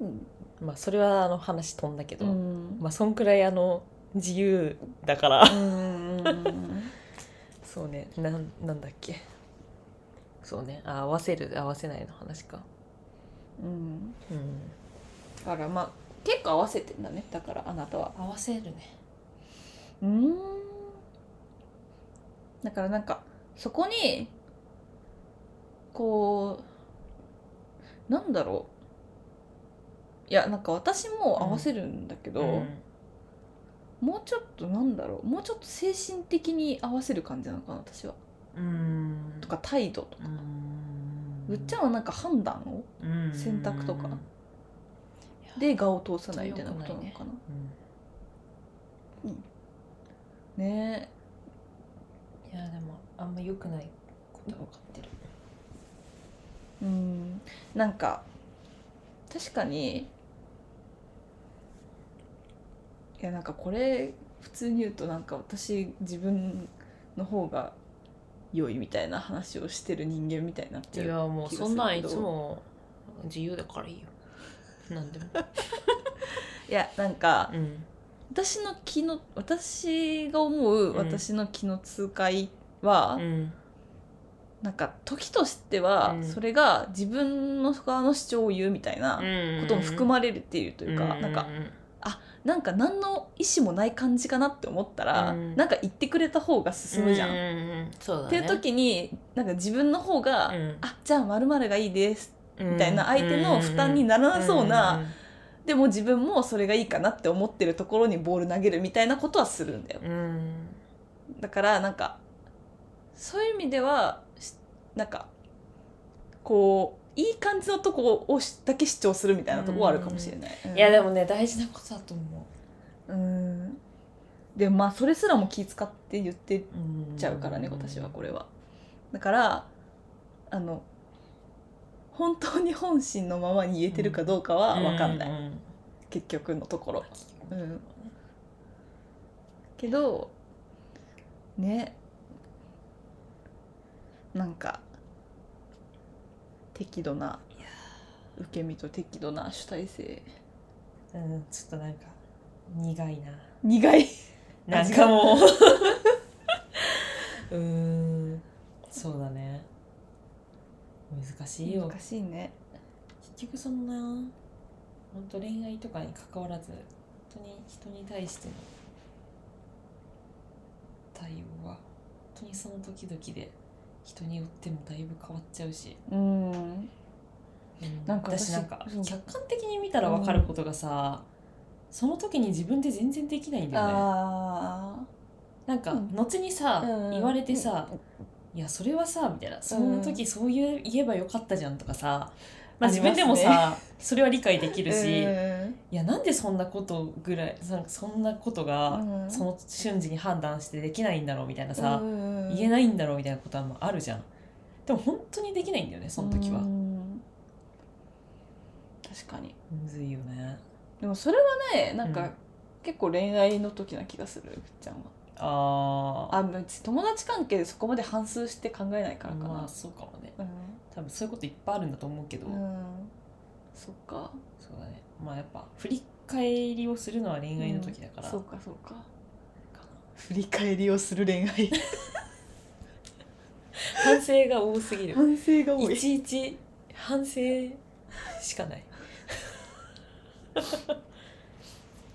B: うん、
A: まあそれはあの話飛んだけど、
B: うん
A: まあそんくらいあの自由だから
B: うんうん
A: [laughs] そうねなんなんだっけそうねあ合わせる合わせないの話か
B: うん
A: うん
B: だからまあ結構合わせてんだねだからあなたは
A: 合わせるね
B: うんだからなんかそこにこうなんだろういやなんか私も合わせるんだけど、もうちょっとなんだろうもうちょっと精神的に合わせる感じなのかな私は
A: うん
B: とか態度とか、うっちゃんはなんか判断を
A: ん
B: 選択とかで顔を通さないみたいなことなのかなね
A: いやでもあんま良くないことは分かってる
B: えうんなんか確かにいやなんかこれ普通に言うとなんか私自分の方が良いみたいな話をしてる人間みたいになっ
A: い
B: ちゃう
A: やもう
B: 気が
A: そんなん
B: する
A: い
B: けど
A: つも自由だからいいよなんでも
B: いやなんか、
A: うん
B: 私の気の私が思
A: う
B: うん私の気の痛快は、
A: うん
B: なんか時としては、
A: うん
B: それが自分の側の主張を言うみたいなことも含まれていると
A: れ
B: いうか、なんかなんか何の意思もない感じかなって思ったら、
A: うん
B: なんか言ってくれた方が進むじゃん。
A: う
B: っ
A: んそうだ
B: て
A: ね
B: いう時になんか自分の方が「
A: うん
B: あじゃあ〇〇がいいです」
A: み
B: みたいな相手の負担にならなそうな、でも自分もそれがいいかなって思ってるところにボール投げるみたいなことはするんだよ。
A: うんうん
B: だからなんかそういう意味ではしなんかこういい感じのとこをしだけ主張するみたいなとこはあるかもしれない。
A: いやで
B: も
A: もね大事なことだと思
B: うんでもまあそれすらも気使って言ってっ
A: ううん
B: ちゃうからね私はこれは。だからあの本当に本心のままに言えてるかどうかは分かんない、
A: うう
B: 結局のところ。うんけどねなんか適度な受け身と適度な主体性
A: うんちょっとなんか苦いな
B: 苦い
A: なんかも
B: [laughs]
A: ううーんそうだね難しいよ
B: 難しいね
A: 結局そんな本当恋愛とかに関わらず本当に人に対しての対応は本当にその時々で人によってもだいぶ変わっちゃうし、
B: うん
A: うん
B: なんか私
A: 私なんか
B: そう
A: 客観的に見たら分かることがさ、その時に自分で全然できないんだよね
B: あ
A: なんか
B: うん
A: 後にさ、
B: うん
A: 言われてさ、いやそれはさみたいなその時そういう言えばよかったじゃんとかさ、まあ、
B: あり
A: 自
B: ま
A: 分
B: すね
A: でもさ、それは理解でき
B: ー
A: るし、
B: うん
A: いやなんでそんなことぐらいそそんなことが
B: うん
A: その瞬時に判断してできないんだろうみたいなさ、
B: うん
A: 言えないんだろうみたいなことはまああるじゃんでも本当にできないんだよねその時は、
B: うん確かに
A: むずいよね
B: でもそれはねなんか、
A: うん
B: 結構恋愛の時な気がするふっちゃんは
A: あー
B: あうち友達関係でそこまで反数して考えないからかな、
A: まあそうかもね
B: うん
A: 多分そういうこといっぱいあるんだと思うけど、
B: うんそっか
A: そうだねまあやっぱ振り返りをするのは恋愛の時だから、
B: そうかそうか振り返りをする恋愛
A: 反省が多すぎる
B: [laughs] 反省が
A: [laughs]
B: 多
A: い
B: い
A: ちいち反省しかない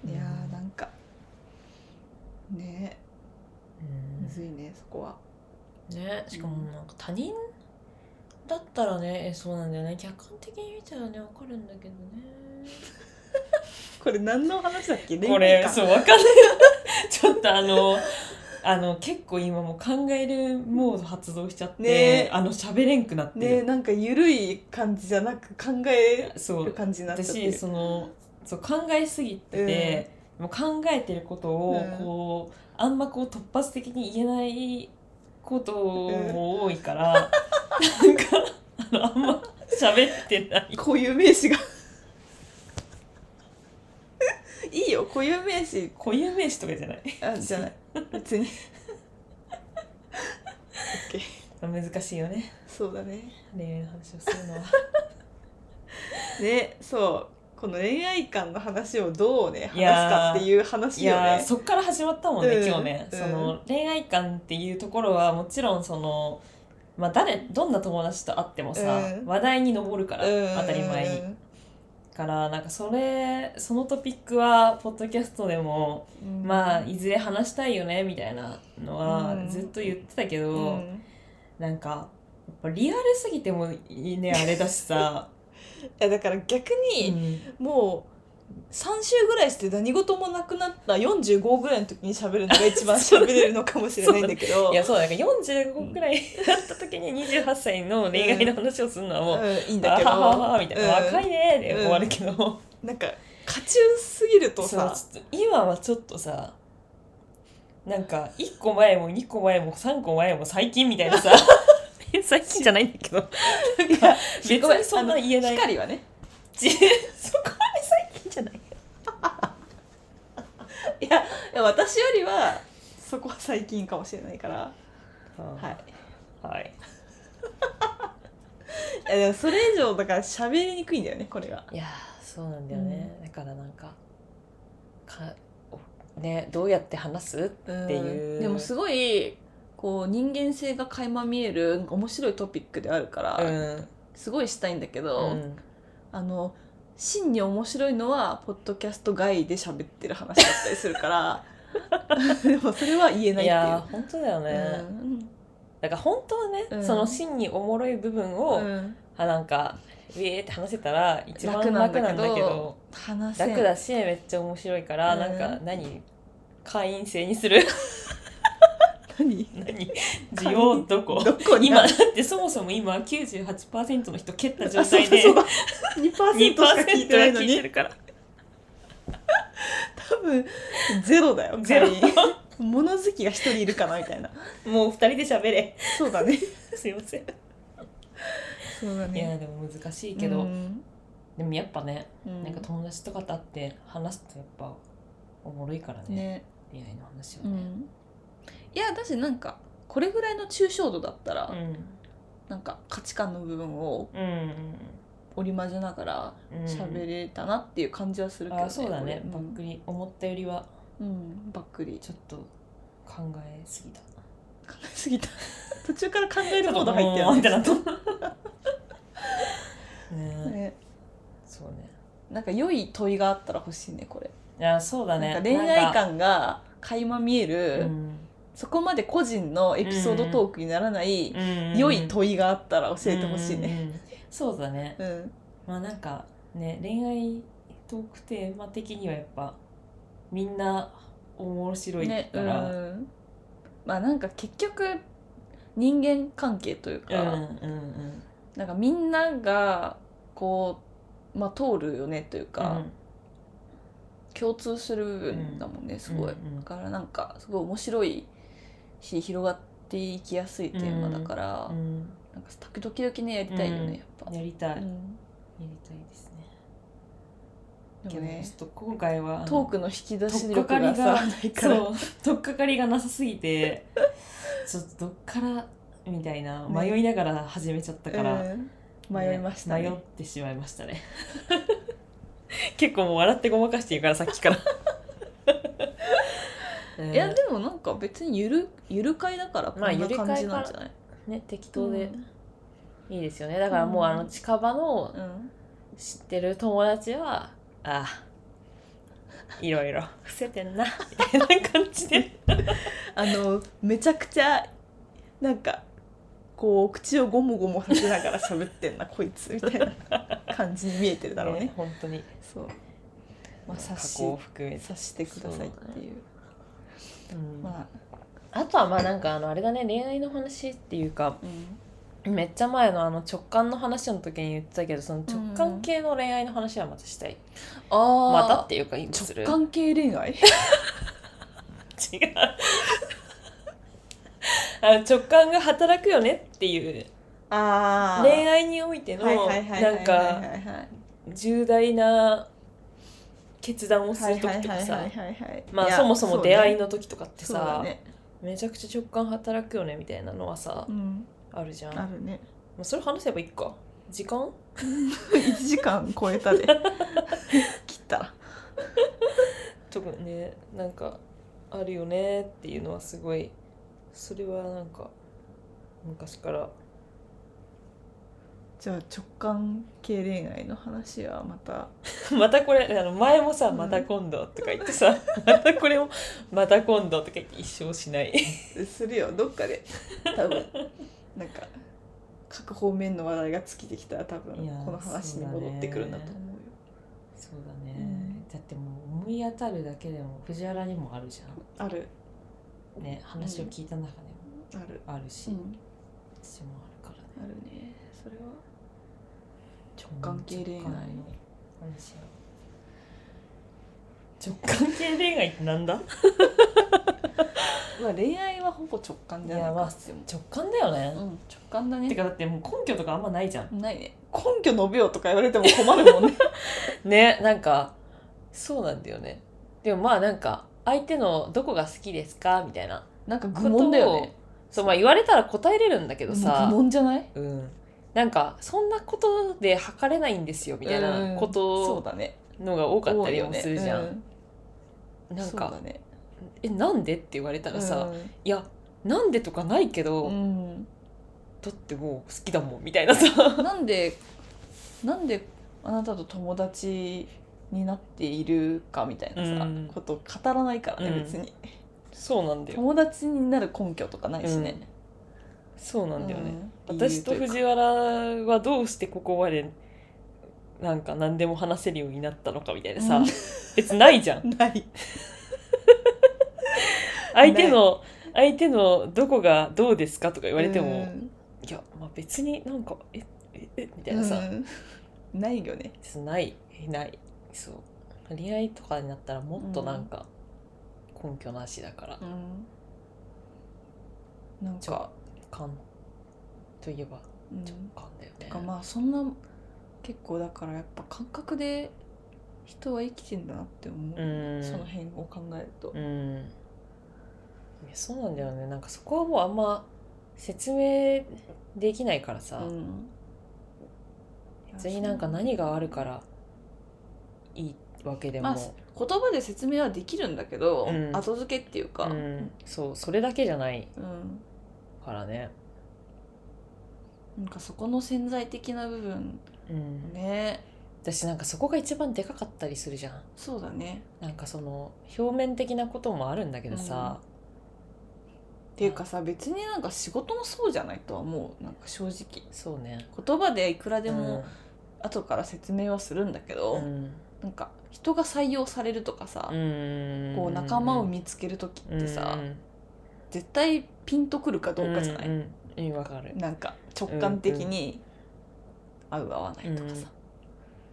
B: いやーなんかねえむ
A: う
B: ずいねそこは
A: んねしかもなんか他人だったらねえそうなんだよね客観的に見たらねわかるんだけどね
B: これ何の話だっけ
A: これ
B: そ
A: そううわかんない [laughs] ちょっとあのあの結構今もう考えるモード発動しちゃって、
B: ね
A: あの喋れんくなって
B: ね
A: る、
B: なんかゆるい感じじゃなく考え
A: そ
B: る
A: う
B: 感じになっちゃって
A: 私
B: る
A: そのそう考えすぎてて、もう考えてることを
B: うん
A: こう、あんまこう突発的に言えないことも多い [laughs] から、なんかあのあんま喋ってない
B: 固有名詞が [laughs] いいよ固有名詞
A: 固有名詞とかじゃない
B: あじゃない別に OK
A: 難しいよね
B: そうだね
A: 恋愛の話をするのは。
B: ねそうこの恋愛観の話をどう
A: い
B: ね話す
A: やー
B: かっていう話
A: い
B: よ
A: やー
B: ね。
A: そっから始まったもんね、
B: うん
A: 今日ね、
B: うん
A: その恋愛観っていうところはもちろんそのまあ誰どんな友達と会ってもさ、
B: うん
A: 話題に上るから、
B: うん
A: 当たり前にからなんかそれそのトピックはポッドキャストでも、
B: うん
A: まあいずれ話したいよねみたいなのは
B: うん
A: ずっと言ってたけど、
B: うん
A: なんかやっぱリアルすぎてもい
B: [laughs]
A: いねあれだしさ、
B: いやだから逆にもう3週ぐらいして何事もなくなった45ぐらいの時に喋るのが一 [laughs] 番喋れるのかもしれないんだけど
A: いやそうだから45くらいだった時に28歳の恋愛の話をするのはもう、
B: うん、いいんだ
A: あ
B: け
A: はは
B: ど
A: はみたいな、
B: うん
A: 若いねで終わるけど、
B: なんか家中すぎると
A: そう
B: さ
A: ちょっと今はちょっとさなんか1個前も2個前も3個前も最近みたいなさ [laughs] 最近じゃないんだけどなんか別
B: ごめ
A: にそんな言えない
B: 光はね
A: じ [laughs] そこまで最近じゃない
B: いやいや私よりはそこは最近かもしれないから、は、
A: はいい、はい、
B: いやでもそれ以上だから喋りにくいんだよねこれが。
A: いやーそうなんだよね、だからなんかかおねどうやって話す
B: って
A: いう
B: でもすごいこう人間性が垣間見える面白いトピックであるから、
A: うん
B: すごいしたいんだけ
A: う
B: ど、
A: ん
B: あの真に面白いのはポッドキャスト外で喋ってる話だったりするから
A: [laughs]
B: でもそれは言え
A: い
B: ないっていう
A: やー本当だよね、
B: うん
A: だから本当はね、
B: うん
A: その真におもろい部分を、
B: うん
A: あなんかウェーって話せたら一番楽
B: 楽
A: な
B: なんん
A: だ
B: だ
A: け
B: け
A: ど
B: ど
A: 楽
B: 話せん
A: だしめっちゃ面白いから、
B: うん
A: なんか何会員制にする [laughs]
B: 何
A: 何需要どこ
B: [laughs] どこに
A: 今
B: あ
A: だってそもそも今98%の人蹴った状
B: あそう
A: 態
B: だ
A: で
B: そうだ
A: 2%
B: 2%, しか聞いてない
A: が
B: の
A: 聞いて
B: に
A: るから
B: 多分ゼロだよ
A: ゼロ
B: 会員物好きが一人いるかなみたいな [laughs]
A: もう2人で喋れ
B: そうだ
A: [laughs]
B: ね
A: すいません
B: そうだ
A: い
B: ね
A: やでも難しいけど、
B: うん
A: でもやっぱね、
B: うん
A: なんか友達とかと会って話すとやっぱおもろいからね
B: ね
A: 恋愛の話は
B: う
A: ね、
B: んいやだしなんかこれぐらいの抽象度だったら、なんか価値観の部分を
A: うんうん
B: 織り交ぜながら
A: うん
B: 喋れたなっていう感じはするけど、
A: あそうだね
B: これ
A: ばっくり思ったよりは
B: うん、うんばっくり
A: ちょっと考えすぎた
B: 考えすぎた [laughs] 途中から考え
A: ちょ
B: る
A: っ
B: モー
A: と
B: ド入って
A: うーん
B: る
A: ってなったね
B: [laughs] ね
A: そうね
B: なんか良い問いがあったら欲しいねこれ、
A: いやそうだね
B: なんか恋愛観が垣間見え
A: なんかう
B: る
A: ん
B: そこまで個人のエピソードトークにならない
A: うん
B: 良い問いがあったら教えてほしいね。
A: うんうんうんそうだね
B: うん、
A: まあなんかね恋愛トークテーマ的にはやっぱみんな面白い
B: ね、
A: か
B: う
A: ら、
B: ん。まあなんか結局人間関係という
A: うん、うん
B: か、なんかみんながこうまあ通るよねというか、
A: うん
B: 共通する部分だもんね、すごい。
A: うんうん
B: だからなんかすごい面白いし広がっていきやすいテーマだから、
A: うん
B: なんか時々ねやりたいよ
A: うん
B: ね、やっぱ。
A: やりたい、
B: う
A: や
B: ん
A: りたいですね
B: でもね
A: ちょっと今回はあの
B: トークの引き出し
A: 取っか
B: 力
A: か
B: が
A: りが
B: さないから
A: そう取っかかりがなさすぎて [laughs] ちょっとどっからみたいな
B: ね
A: 迷いながら始めちゃったから、
B: うん迷いました
A: ね
B: ね
A: 迷ってしまいましたね [laughs] 結構もう笑ってごまかしてるからさっき [laughs] から、
B: いやでもなんか別にゆるゆる会だからこん
A: まあゆ
B: な
A: る会
B: 感じなんじゃない、
A: ね適
B: うん
A: いいですよねだからもうあの近場の
B: うん
A: 知ってる友達は、ああいろいろ伏せてんなみたいな感じ [laughs] で
B: あのめちゃくちゃなんかこう口をゴモゴモさせながら喋っ
A: [laughs]
B: てんなこいつみたいな感じに見えてるだろうね
A: 本当に
B: そうまあ察
A: 過
B: し
A: 去を含めて、
B: 察してくださいっていう
A: うん
B: ま
A: あとはまあなんかあのあれだね恋愛の話っていうか
B: あうん
A: めっちゃ前のあの直感の話の時に言ってたけどその直感系の恋愛の話はまたしたい、
B: あ
A: ま [laughs] たっていうか今する
B: 直感系恋愛
A: 違うあの直感が働くよねっていう
B: [laughs] あ
A: 恋愛においての
B: はいはいはいはい
A: なん
B: はい
A: か
B: はいはい
A: 重大な決断をする時とかさまあそもそも出会い
B: の
A: の時とかってさ、めちゃくちゃ直感働くよねみたいなのはさ、
B: うん、
A: あるじゃん、
B: あるね [laughs]
A: まあ、それ話せばいいか時間
B: 1時間超えた
A: [laughs]
B: で切った
A: とかねなんかあるよねっていうのはすごいそれはなんか昔から [laughs]
B: じゃあ直感系恋愛の話はまた
A: またこれあの前もさ「
B: うん
A: また今度」とか言ってさ、 [laughs] またこれも「また今度」とか言って一生しない
B: するよどっかで多分なんか各方面の話題が尽きてきたら多分
A: いやー
B: この話に戻ってくるんだと思うよ
A: そうだね、
B: うん
A: だってもう思い当たるだけでも藤原にもあるじゃ
B: ある
A: んね話を聞いた中でも
B: ある
A: あるし、
B: うん
A: 私もあるからね
B: あるねそれは
A: 直
B: 感系恋愛
A: 感の話を直感系恋愛ってなんだ
B: まあ恋愛はほぼ直感じゃない
A: いやまあ
B: かって思
A: 直感だよね、
B: う、うん、直感だね
A: てかだってもう根拠とかあんまないじゃん
B: ないね根拠述べよとか言われても困るもんね
A: ねなんかそうなんだよねでもまあなんか相手のどこが好きですかみたい [laughs] な
B: なんか
A: こ
B: 愚
A: とを
B: 問だよね
A: そうまあ言われたら答えれるんだけど
B: もう
A: さ
B: 愚問じゃない
A: うんなんかそんなことで測れないんですよみたいなこ
B: そう
A: と
B: だね
A: のが多かったりもするじゃん、
B: 多いよねう
A: なん
B: そう
A: か
B: だね
A: 「えなんで?」って言われたらさ「
B: うん
A: いやなんで?」とかないけど、
B: うん
A: だってもう好きだもんみたいなさ [laughs]
B: なんでなんであなたと友達になっているかみたいなさ、
A: うん
B: ことを語らないからね、
A: うん
B: 別に
A: そうなんだよ
B: 友達になる根拠とかないしね、
A: そうなんだよね、
B: うん
A: 私と
B: 理由いうか
A: 藤原はどうしてここまでなんか何でも話せるようになったのかみたいなさ、
B: うん
A: 別にないじ
B: [laughs]
A: ゃん
B: ない
A: 相手の相手のどこがどうですかとか言
B: 言
A: われても、いや、まあ、別になんかえええみたいなさ、
B: ないよね
A: 別にないないそう恋愛とかになったらもっとなんか根拠なしだから、
B: なん
A: 直
B: か、
A: 感といえば
B: うん
A: 直感だよね
B: て、かまあそんな結構だからやっぱ感覚で人は生きてんだなって思う、
A: うん
B: その辺を考えると、
A: うん、いやそうなんだよねなんかそこはもうあんま説明できないからさ、
B: うん
A: 別になんか何があるからいいわけでも、
B: まあ言葉で説明はできるんだけど、
A: うん
B: 後付けっていうか、
A: う
B: うん
A: ん、そうそれだけじゃないからね、
B: なんかそこの潜在的な部分
A: うん、
B: ね
A: 私なんかそこが一番でかかったりするじゃん
B: そうだね
A: なんかその表面的なこともあるんだけどさ、
B: っていうかさ別になんか仕事もそうじゃないとは思うなんか正直
A: そうね
B: 言葉でいくらでも後から説明はするんだけど、
A: うん
B: なんか人が採用されるとかさ、
A: うん
B: こう仲間を見つける時ってさ、
A: うん
B: 絶対ピンとくるかどうかじゃない、
A: うんうんうんわかる
B: なんか直感的に合う合わないとかさ、
A: うん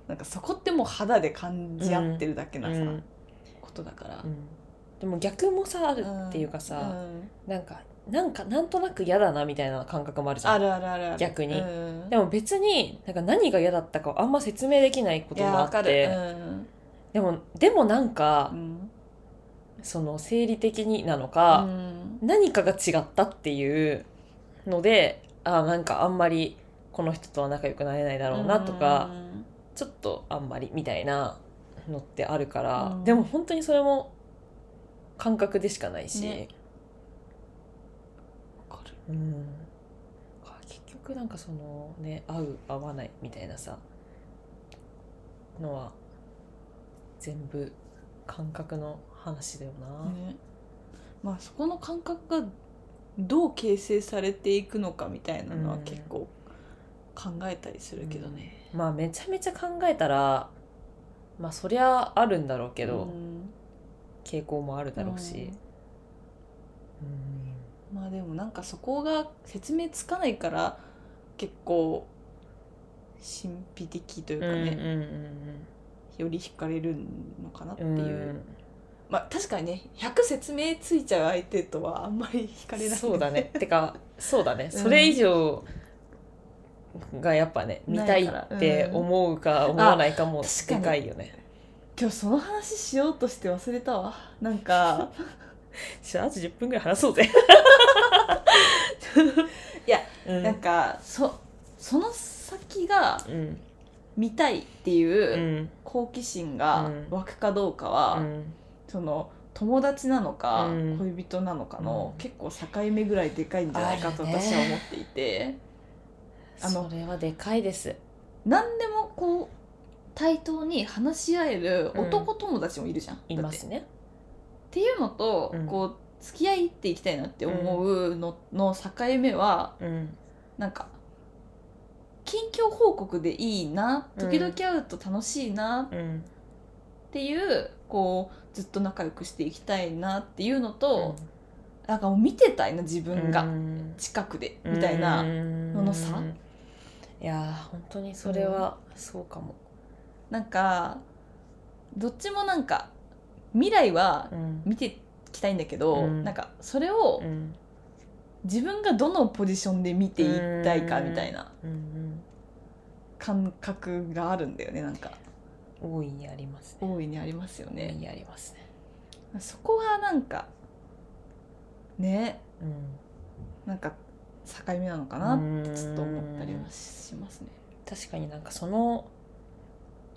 B: なんかそこってもう肌で感じ合ってるだけなさ、
A: うん
B: ことだから
A: う、んでも逆もさあるっていうか
B: う
A: さ、
B: ん
A: なんかなんかなんとなく嫌だなみたいな感覚もあるじゃ
B: あ
A: ん
B: るあるあるある
A: 逆に
B: うん
A: でも別になんか何が嫌だったかをあんま説明できないこ
B: い
A: と
B: や
A: もあ
B: わか
A: っ
B: る、
A: て、
B: うん
A: でもでもなんか、
B: うん
A: その生理的になの
B: う
A: か、
B: ん
A: 何かが違ったっていうのであなんかあんまりこの人とは仲良くなれないだろうなとか、
B: うん
A: ちょっとあんまりみたいなのってあるから、
B: うん
A: でも本当にそれも感覚でしかないし、
B: ねわかる
A: うん、か結局なんかそのね合う合わないみたいなさのは全部感覚の話だよな。
B: ね、まあそこの感覚がどう形成されていくのかみたいなの
A: う
B: は
A: ん
B: 結構考えたりするけどね。
A: まあめちゃめちゃ考えたらまあそりゃあるんだろうけど、
B: うん
A: 傾向もあるだろうし、うん
B: うんまあでもなんかそこが説明つかないから結構神秘的というか
A: うん
B: ね、
A: うん
B: より惹かれるのかなって
A: う
B: い
A: んうん
B: う、
A: うん
B: まあ確かにね100説明ついちゃう相手とはあんまり惹かれない
A: そうだねてかそうだね、
B: うん
A: それ以上がやっぱね見たい
B: ないから
A: って
B: うん
A: 思うか思わないかも
B: 確か
A: で
B: に
A: かいよね。
B: [laughs] 今日その話しようとして忘れたわなんか
A: じゃああと10分ぐらい話そうぜ。
B: いや、
A: うん、
B: なんかそその先が
A: うん
B: 見たいって
A: う
B: いうん好奇心が
A: うん
B: 湧くかどうかは、
A: うん
B: その友達なのか、
A: うん
B: 恋人なのかの、
A: うん
B: 結構境目ぐらいでかいんじゃないかと
A: あるね
B: 私は思っていて、あの
A: それはでかいです。
B: 何でもこう対等に話し合える男友達もいるじゃん。
A: い
B: だ
A: ま
B: って
A: すね。
B: っていうのと、
A: うん
B: こう付き合いっていきたいなって思うのの境目は
A: うん
B: なんか近況報告でいいな
A: うん
B: 時々会うと楽しいな
A: うん
B: っていう、こうずっと仲良くしていきたいなっていうのと、なんかもう見てたいな自分が、
A: うん
B: 近くでみたいな、
A: の
B: の差
A: いやー本当にそれはそうかも、
B: なんかどっちもなんか未来は
A: うん
B: 見ていきたいんだけど、
A: うん
B: なんかそれを
A: うん
B: 自分がどのポジションで見ていったいかみたいな
A: うん
B: 感覚があるんだよねなんか
A: うん、大いにありますね
B: 大いにありますよね。
A: 大いにありますね、
B: そこがなんかね
A: うん、
B: なんか境目なのかなって
A: うん
B: ちょっと思ったりはしますね。
A: 確かになんかその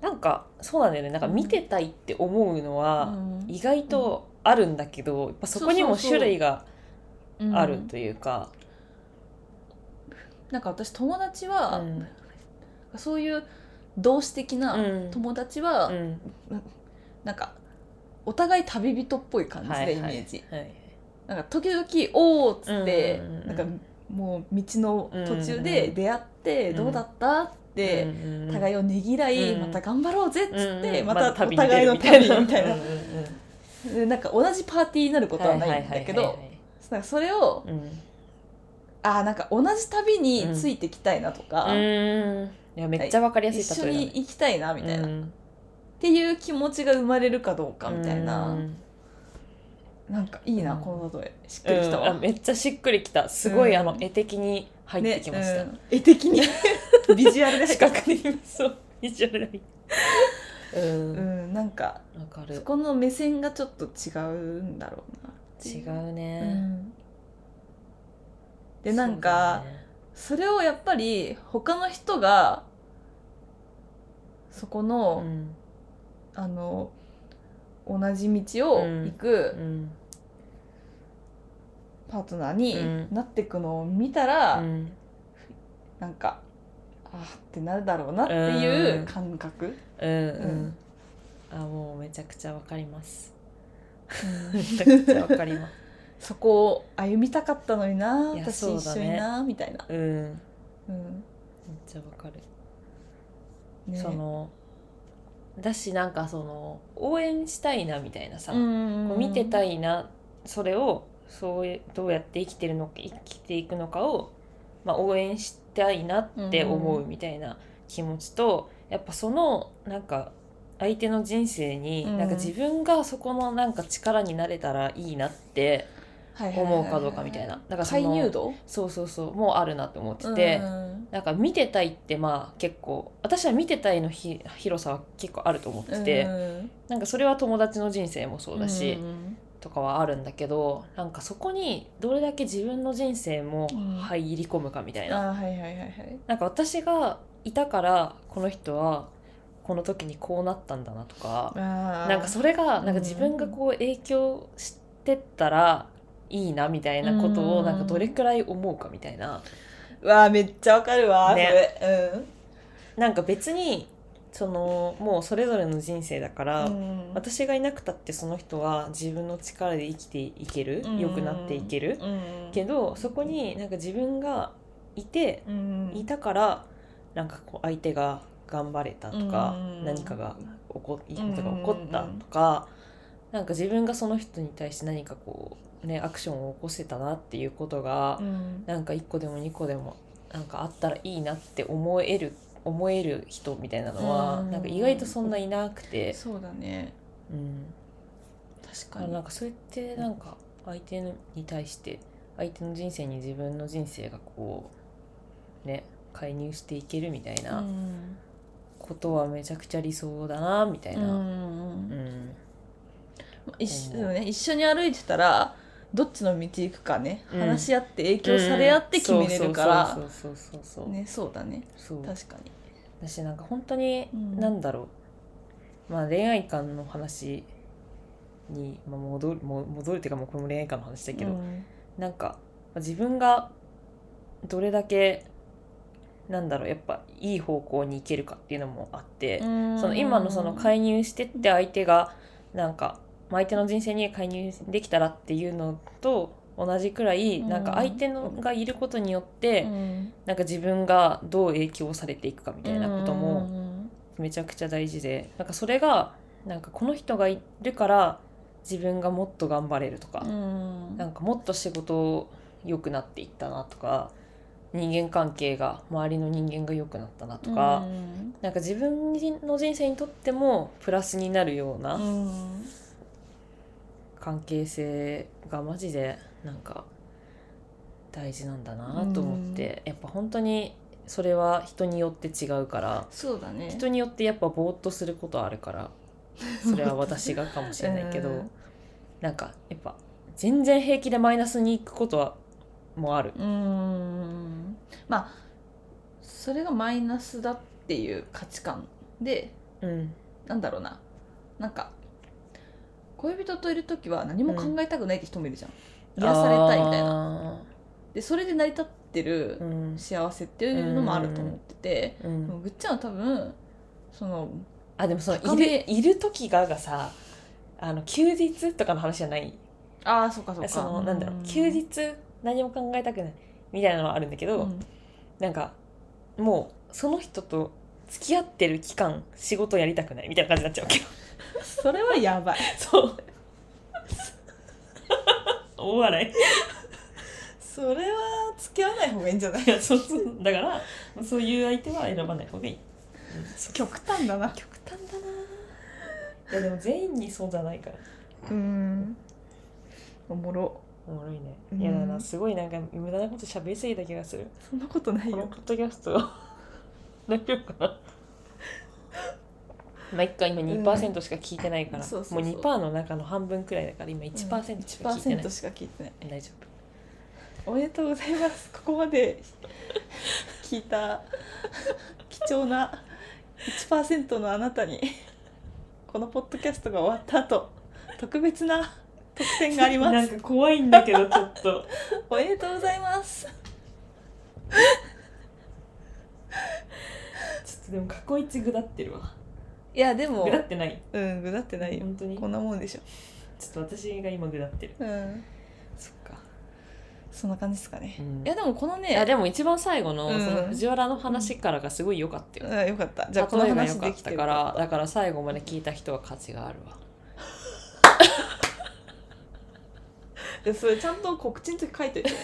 A: なんかそうなんだよねなんか見てたいって思うのは
B: うん
A: 意外とあるんだけど、やっぱそこにも
B: そうそ
A: 種
B: うそう
A: 類があ
B: う
A: る
B: ん
A: というか、
B: なんか私友達は、
A: うん
B: そういう同志的な
A: うん
B: 友達は、
A: うん
B: なんかお互い旅人っぽい感じで、イメージ。
A: はい
B: なんか時々「おー」っつって、
A: うんうんうん
B: なんかもう道の途中で出会って「
A: うん
B: どうだった?」って。
A: うん
B: 互いをねぎらい、
A: うん
B: また頑張ろうぜっつって、
A: うん
B: またお
A: 旅に出
B: 互い
A: る
B: の旅みたいな,、
A: うんうんうん
B: でなんか同じパーティーになることはないんだけ
A: はいはい
B: ど
A: はいはい
B: なんかそれを
A: うん
B: あーなんか同じ旅についてきたいなとか、
A: うんいやめっちゃわかりや
B: 一
A: すい
B: 緒
A: 例えだね
B: に行きたいなみたいな、
A: う
B: っ
A: ん
B: ていう気持ちが生まれるかどうかみたいな、
A: うん
B: なんかいいな、
A: うん
B: この例えしっくりきたわ、
A: うんあめっちゃしっくりきたすごい、
B: うん
A: あの絵的に入ってきました、
B: ねうん絵的
A: [laughs]
B: にビジュアルで入
A: 視
B: って
A: 覚的にそう [laughs] 一応ないうん
B: [laughs] う
A: わ、
B: んなんか
A: か
B: そ
A: る
B: この目線がちょっと違うんだろうなってい
A: 違
B: う、
A: う
B: う
A: ね、
B: んでなん
A: そ
B: か
A: うだね
B: それをやっぱり他の人がそこの、
A: うん
B: あの同じ道を行
A: う
B: く
A: ん
B: パートナー
A: うん
B: になっていくのを見たら、
A: うん
B: なんかあーってなるだろうなっていううん感覚、
A: うん
B: ん
A: あもうめちゃくちゃわかります [laughs]
B: う
A: め
B: ん
A: ちゃくちゃわかります
B: そこを歩みたかったのにない
A: や
B: 私
A: そう
B: 一
A: だ
B: 緒
A: ね
B: にな、みたいな、
A: うんめっ
B: うん
A: ちゃわかる、
B: ね
A: そのだしなんかその応援したいなみたいなさ、
B: うん
A: こう見てたいなそれをそういうどうやって生きてるのか生きていくのかを、まあ、応援したいなって思うみたいな気持ちと、やっぱそのなんか相手の人生に、
B: うん
A: なんか自分がそこのなんか力になれたらいいなって
B: はいはいはいはい
A: 思うかどうかみたいな。だからそ
B: 介入
A: の
B: 度
A: そうそうそうもうあるなって思ってて、
B: うん
A: なんか見てたいってまあ結構私は見てたいのひ広さは結構あると思ってて、
B: うん
A: なんかそれは友達の人生もそうだし、
B: うん
A: とかはあるんだけどなんかそこにどれだけ自分の人生も
B: うん
A: 入り込むかみたいな、
B: あーはいはいはいはい
A: なんか私がいたからこの人はこの時にこうなったんだなとか、
B: あー
A: なんかそれがなんか自分がこう影響してったらいいなみたいなこと
B: う
A: を
B: ん
A: なんかどれくらい思うかみたいな、
B: うわーめっちゃわかるわー、
A: ね
B: それ
A: なんか別にそのもうそれぞれの人生だから、
B: うん、
A: 私がいなくたってその人は自分の力で生きていける、良くなっていける、
B: うん
A: けどそこになんか自分がいて
B: うん
A: いたからなんかこう相手が頑張れたとか、
B: うん
A: 何かが起こいいことが起こったとか、なんか自分がその人に対して何かこうねアクションを起こせたなっていうことが、
B: うん
A: なんか1個でも2個でもなんかあったらいいなって思える思える人みたいなのは、
B: うん
A: なんか意外とそんないなくて、
B: そうだね
A: うん、
B: 確
A: だ
B: か
A: から
B: に
A: なんかそうやってなんか相手に対して相手の人生に自分の人生がこうね介入していけるみたいうなんことはめちゃくちゃ理想だなみたいな、
B: う
A: うん
B: ん一緒でもね、一緒に歩いてたらどっちの道行くかね、
A: うん
B: 話し合って影響され合って決めれるから、
A: そうそうそうそうそう、
B: ね、そうだね
A: そう
B: 確かに
A: 私なんか本当に
B: うん
A: なんだろう、まあ恋愛観の話に、まあ、戻るも戻るっていうかもうこれも恋愛観の話だけど、
B: うん
A: なんか自分がどれだけなんだろうやっぱいい方向に行けるかっていうのもあって、その今のその介入してって相手がなんかまあ相手の人生に介入できたらっていうのと同じくらい
B: うん
A: なんか相手のがいることによって、
B: うん
A: なんか自分がどう影響されていくかみたいなこと
B: う
A: も
B: ん
A: めちゃくちゃ大事でなんかそれがなんかこの人がいるから自分がもっと頑張れるとか、
B: うん
A: なんかもっと仕事良くなっていったなとか人間関係が周りの人間が良くなったなとか、
B: うん
A: なんか自分の人生にとってもプラスになるよう
B: う
A: なん関係性がマジでなんか大事なんだなと思って、やっぱ本当にそれは人によって違うから
B: そうだね
A: 人によってやっぱぼーっとすることある
B: [laughs]
A: からそれは私がかもしれないけど、
B: うん
A: なんかやっぱ全然平気でマイナスに行くことはもある。
B: うんまあそれがマイナスだっていう価値観で
A: うん
B: なんだろうななんか恋人といる時は何も考えたくないって人もいるじゃん、癒されたいみたいな
A: な。
B: でそれで成り立って
A: う
B: る
A: ん
B: 幸せっていうのもあると思ってて、
A: う
B: で
A: ん、
B: もぐっちゃんは多分その
A: あでもその
B: 高
A: い
B: め
A: るいる時ががさあの休日とかの話じゃない
B: ああそうかそうか
A: そのなんだろう休日何も考えたくないみたいなのはあるんだけど、
B: うん
A: なんかもうその人と付き合ってる期間仕事やりたくないみたいな感じになっちゃう
B: [laughs]
A: わけど
B: それはやばい
A: そう大笑い
B: [laughs] それは付き合わない方がいいんじゃない
A: いやそうそうだからそういう相手は選ばない方がいい、うんそう
B: 極端だな
A: 極端だなぁいやでも全員にそうじゃないから
B: うんおもろ
A: おもろいね
B: うん
A: いやだなすごいなんか無駄なこと喋りすぎた気がする
B: そんなことない
A: この
B: よ
A: ポッドキャス [laughs] ト大丈夫かなまあ一回今2%しか聞いてないから、
B: そうそうそう
A: もう2%の中の半分くらいだから今1%しか聞いてない、
B: 1%しか聞いてない
A: 大丈夫
B: おめでとうございます。ここまで聞いた貴重な1%のあなたにこのポッドキャストが終わった後特別な特典がありま
A: [laughs] なん
B: す。
A: か怖いんだけどちょっと
B: おめでとうございます。
A: ちょっとでも過去一ぐだってるわ
B: いやでも
A: ぐだってない
B: うんぐだってないよ。
A: 本当に
B: こんなもんでしょ。
A: ちょっと私が今ぐだってる
B: うん。そっかそんな感じですかね、
A: うん
B: いやでもこの
A: いや
B: ね
A: でも一番最後の
B: うん
A: その藤原の話からがすごい良かったよ、
B: あよかったじゃあこの
A: 例えが良
B: 話
A: か
B: で
A: っ
B: きて
A: た
B: よ
A: か
B: か
A: ら
B: っ
A: だから最後まで聞いた人は価値があるわ
B: たでそれちゃんと告知の時書いといてね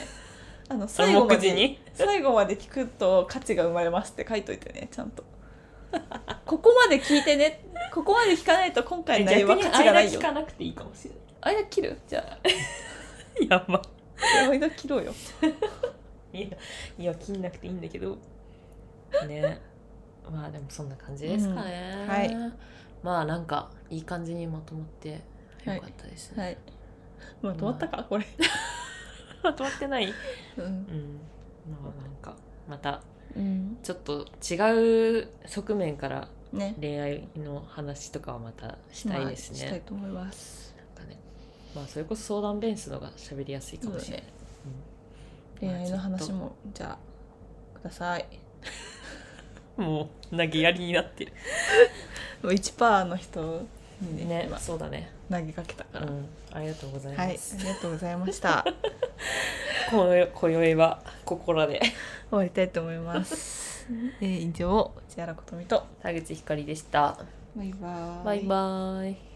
B: あ
A: [laughs]
B: の
A: それ
B: 最後
A: 目
B: ま
A: 次
B: で
A: に
B: 最後まで聞くと価値が生まれますって書いといてねちゃんと [laughs] ここまで聞いてねここまで聞かないと今回の内容
A: 逆
B: は
A: に
B: 価値が
A: 間
B: ない
A: 聞
B: よ
A: かなくていいかもしれな
B: 間切るじゃ [laughs]
A: いやば
B: あ間切ろうよ
A: いやいや切んなくていいんだけどねまあでもそんな感じですかね、
B: うんはい
A: まあなんかいい感じにまとまってよかったですね、
B: はいまあ止まったかこれ、
A: まとまってない
B: [laughs] うん
A: うんまあなんかまた
B: うん、
A: ちょっと違う側面から
B: ね
A: 恋愛の話とかはまたしたいです
B: まあしたい
A: ね,、
B: と思います
A: なんかねまあそれこそ相談ベースのが喋りやすいかもしれない、
B: 恋愛の話
A: ま
B: もじゃあください
A: うんもう投げやりになってる
B: もう1%の人にね
A: ね
B: 今
A: そうだね
B: 投げかけた
A: う
B: から、
A: んありがとうござい
B: は
A: ま
B: い
A: す、
B: ありがとうございました
A: この今宵はここらで
B: [laughs] 終わりたいと思い [laughs] ます、えー、以上藤原ことみと
A: 田口ひかりでした
B: バイバー
A: バイバイ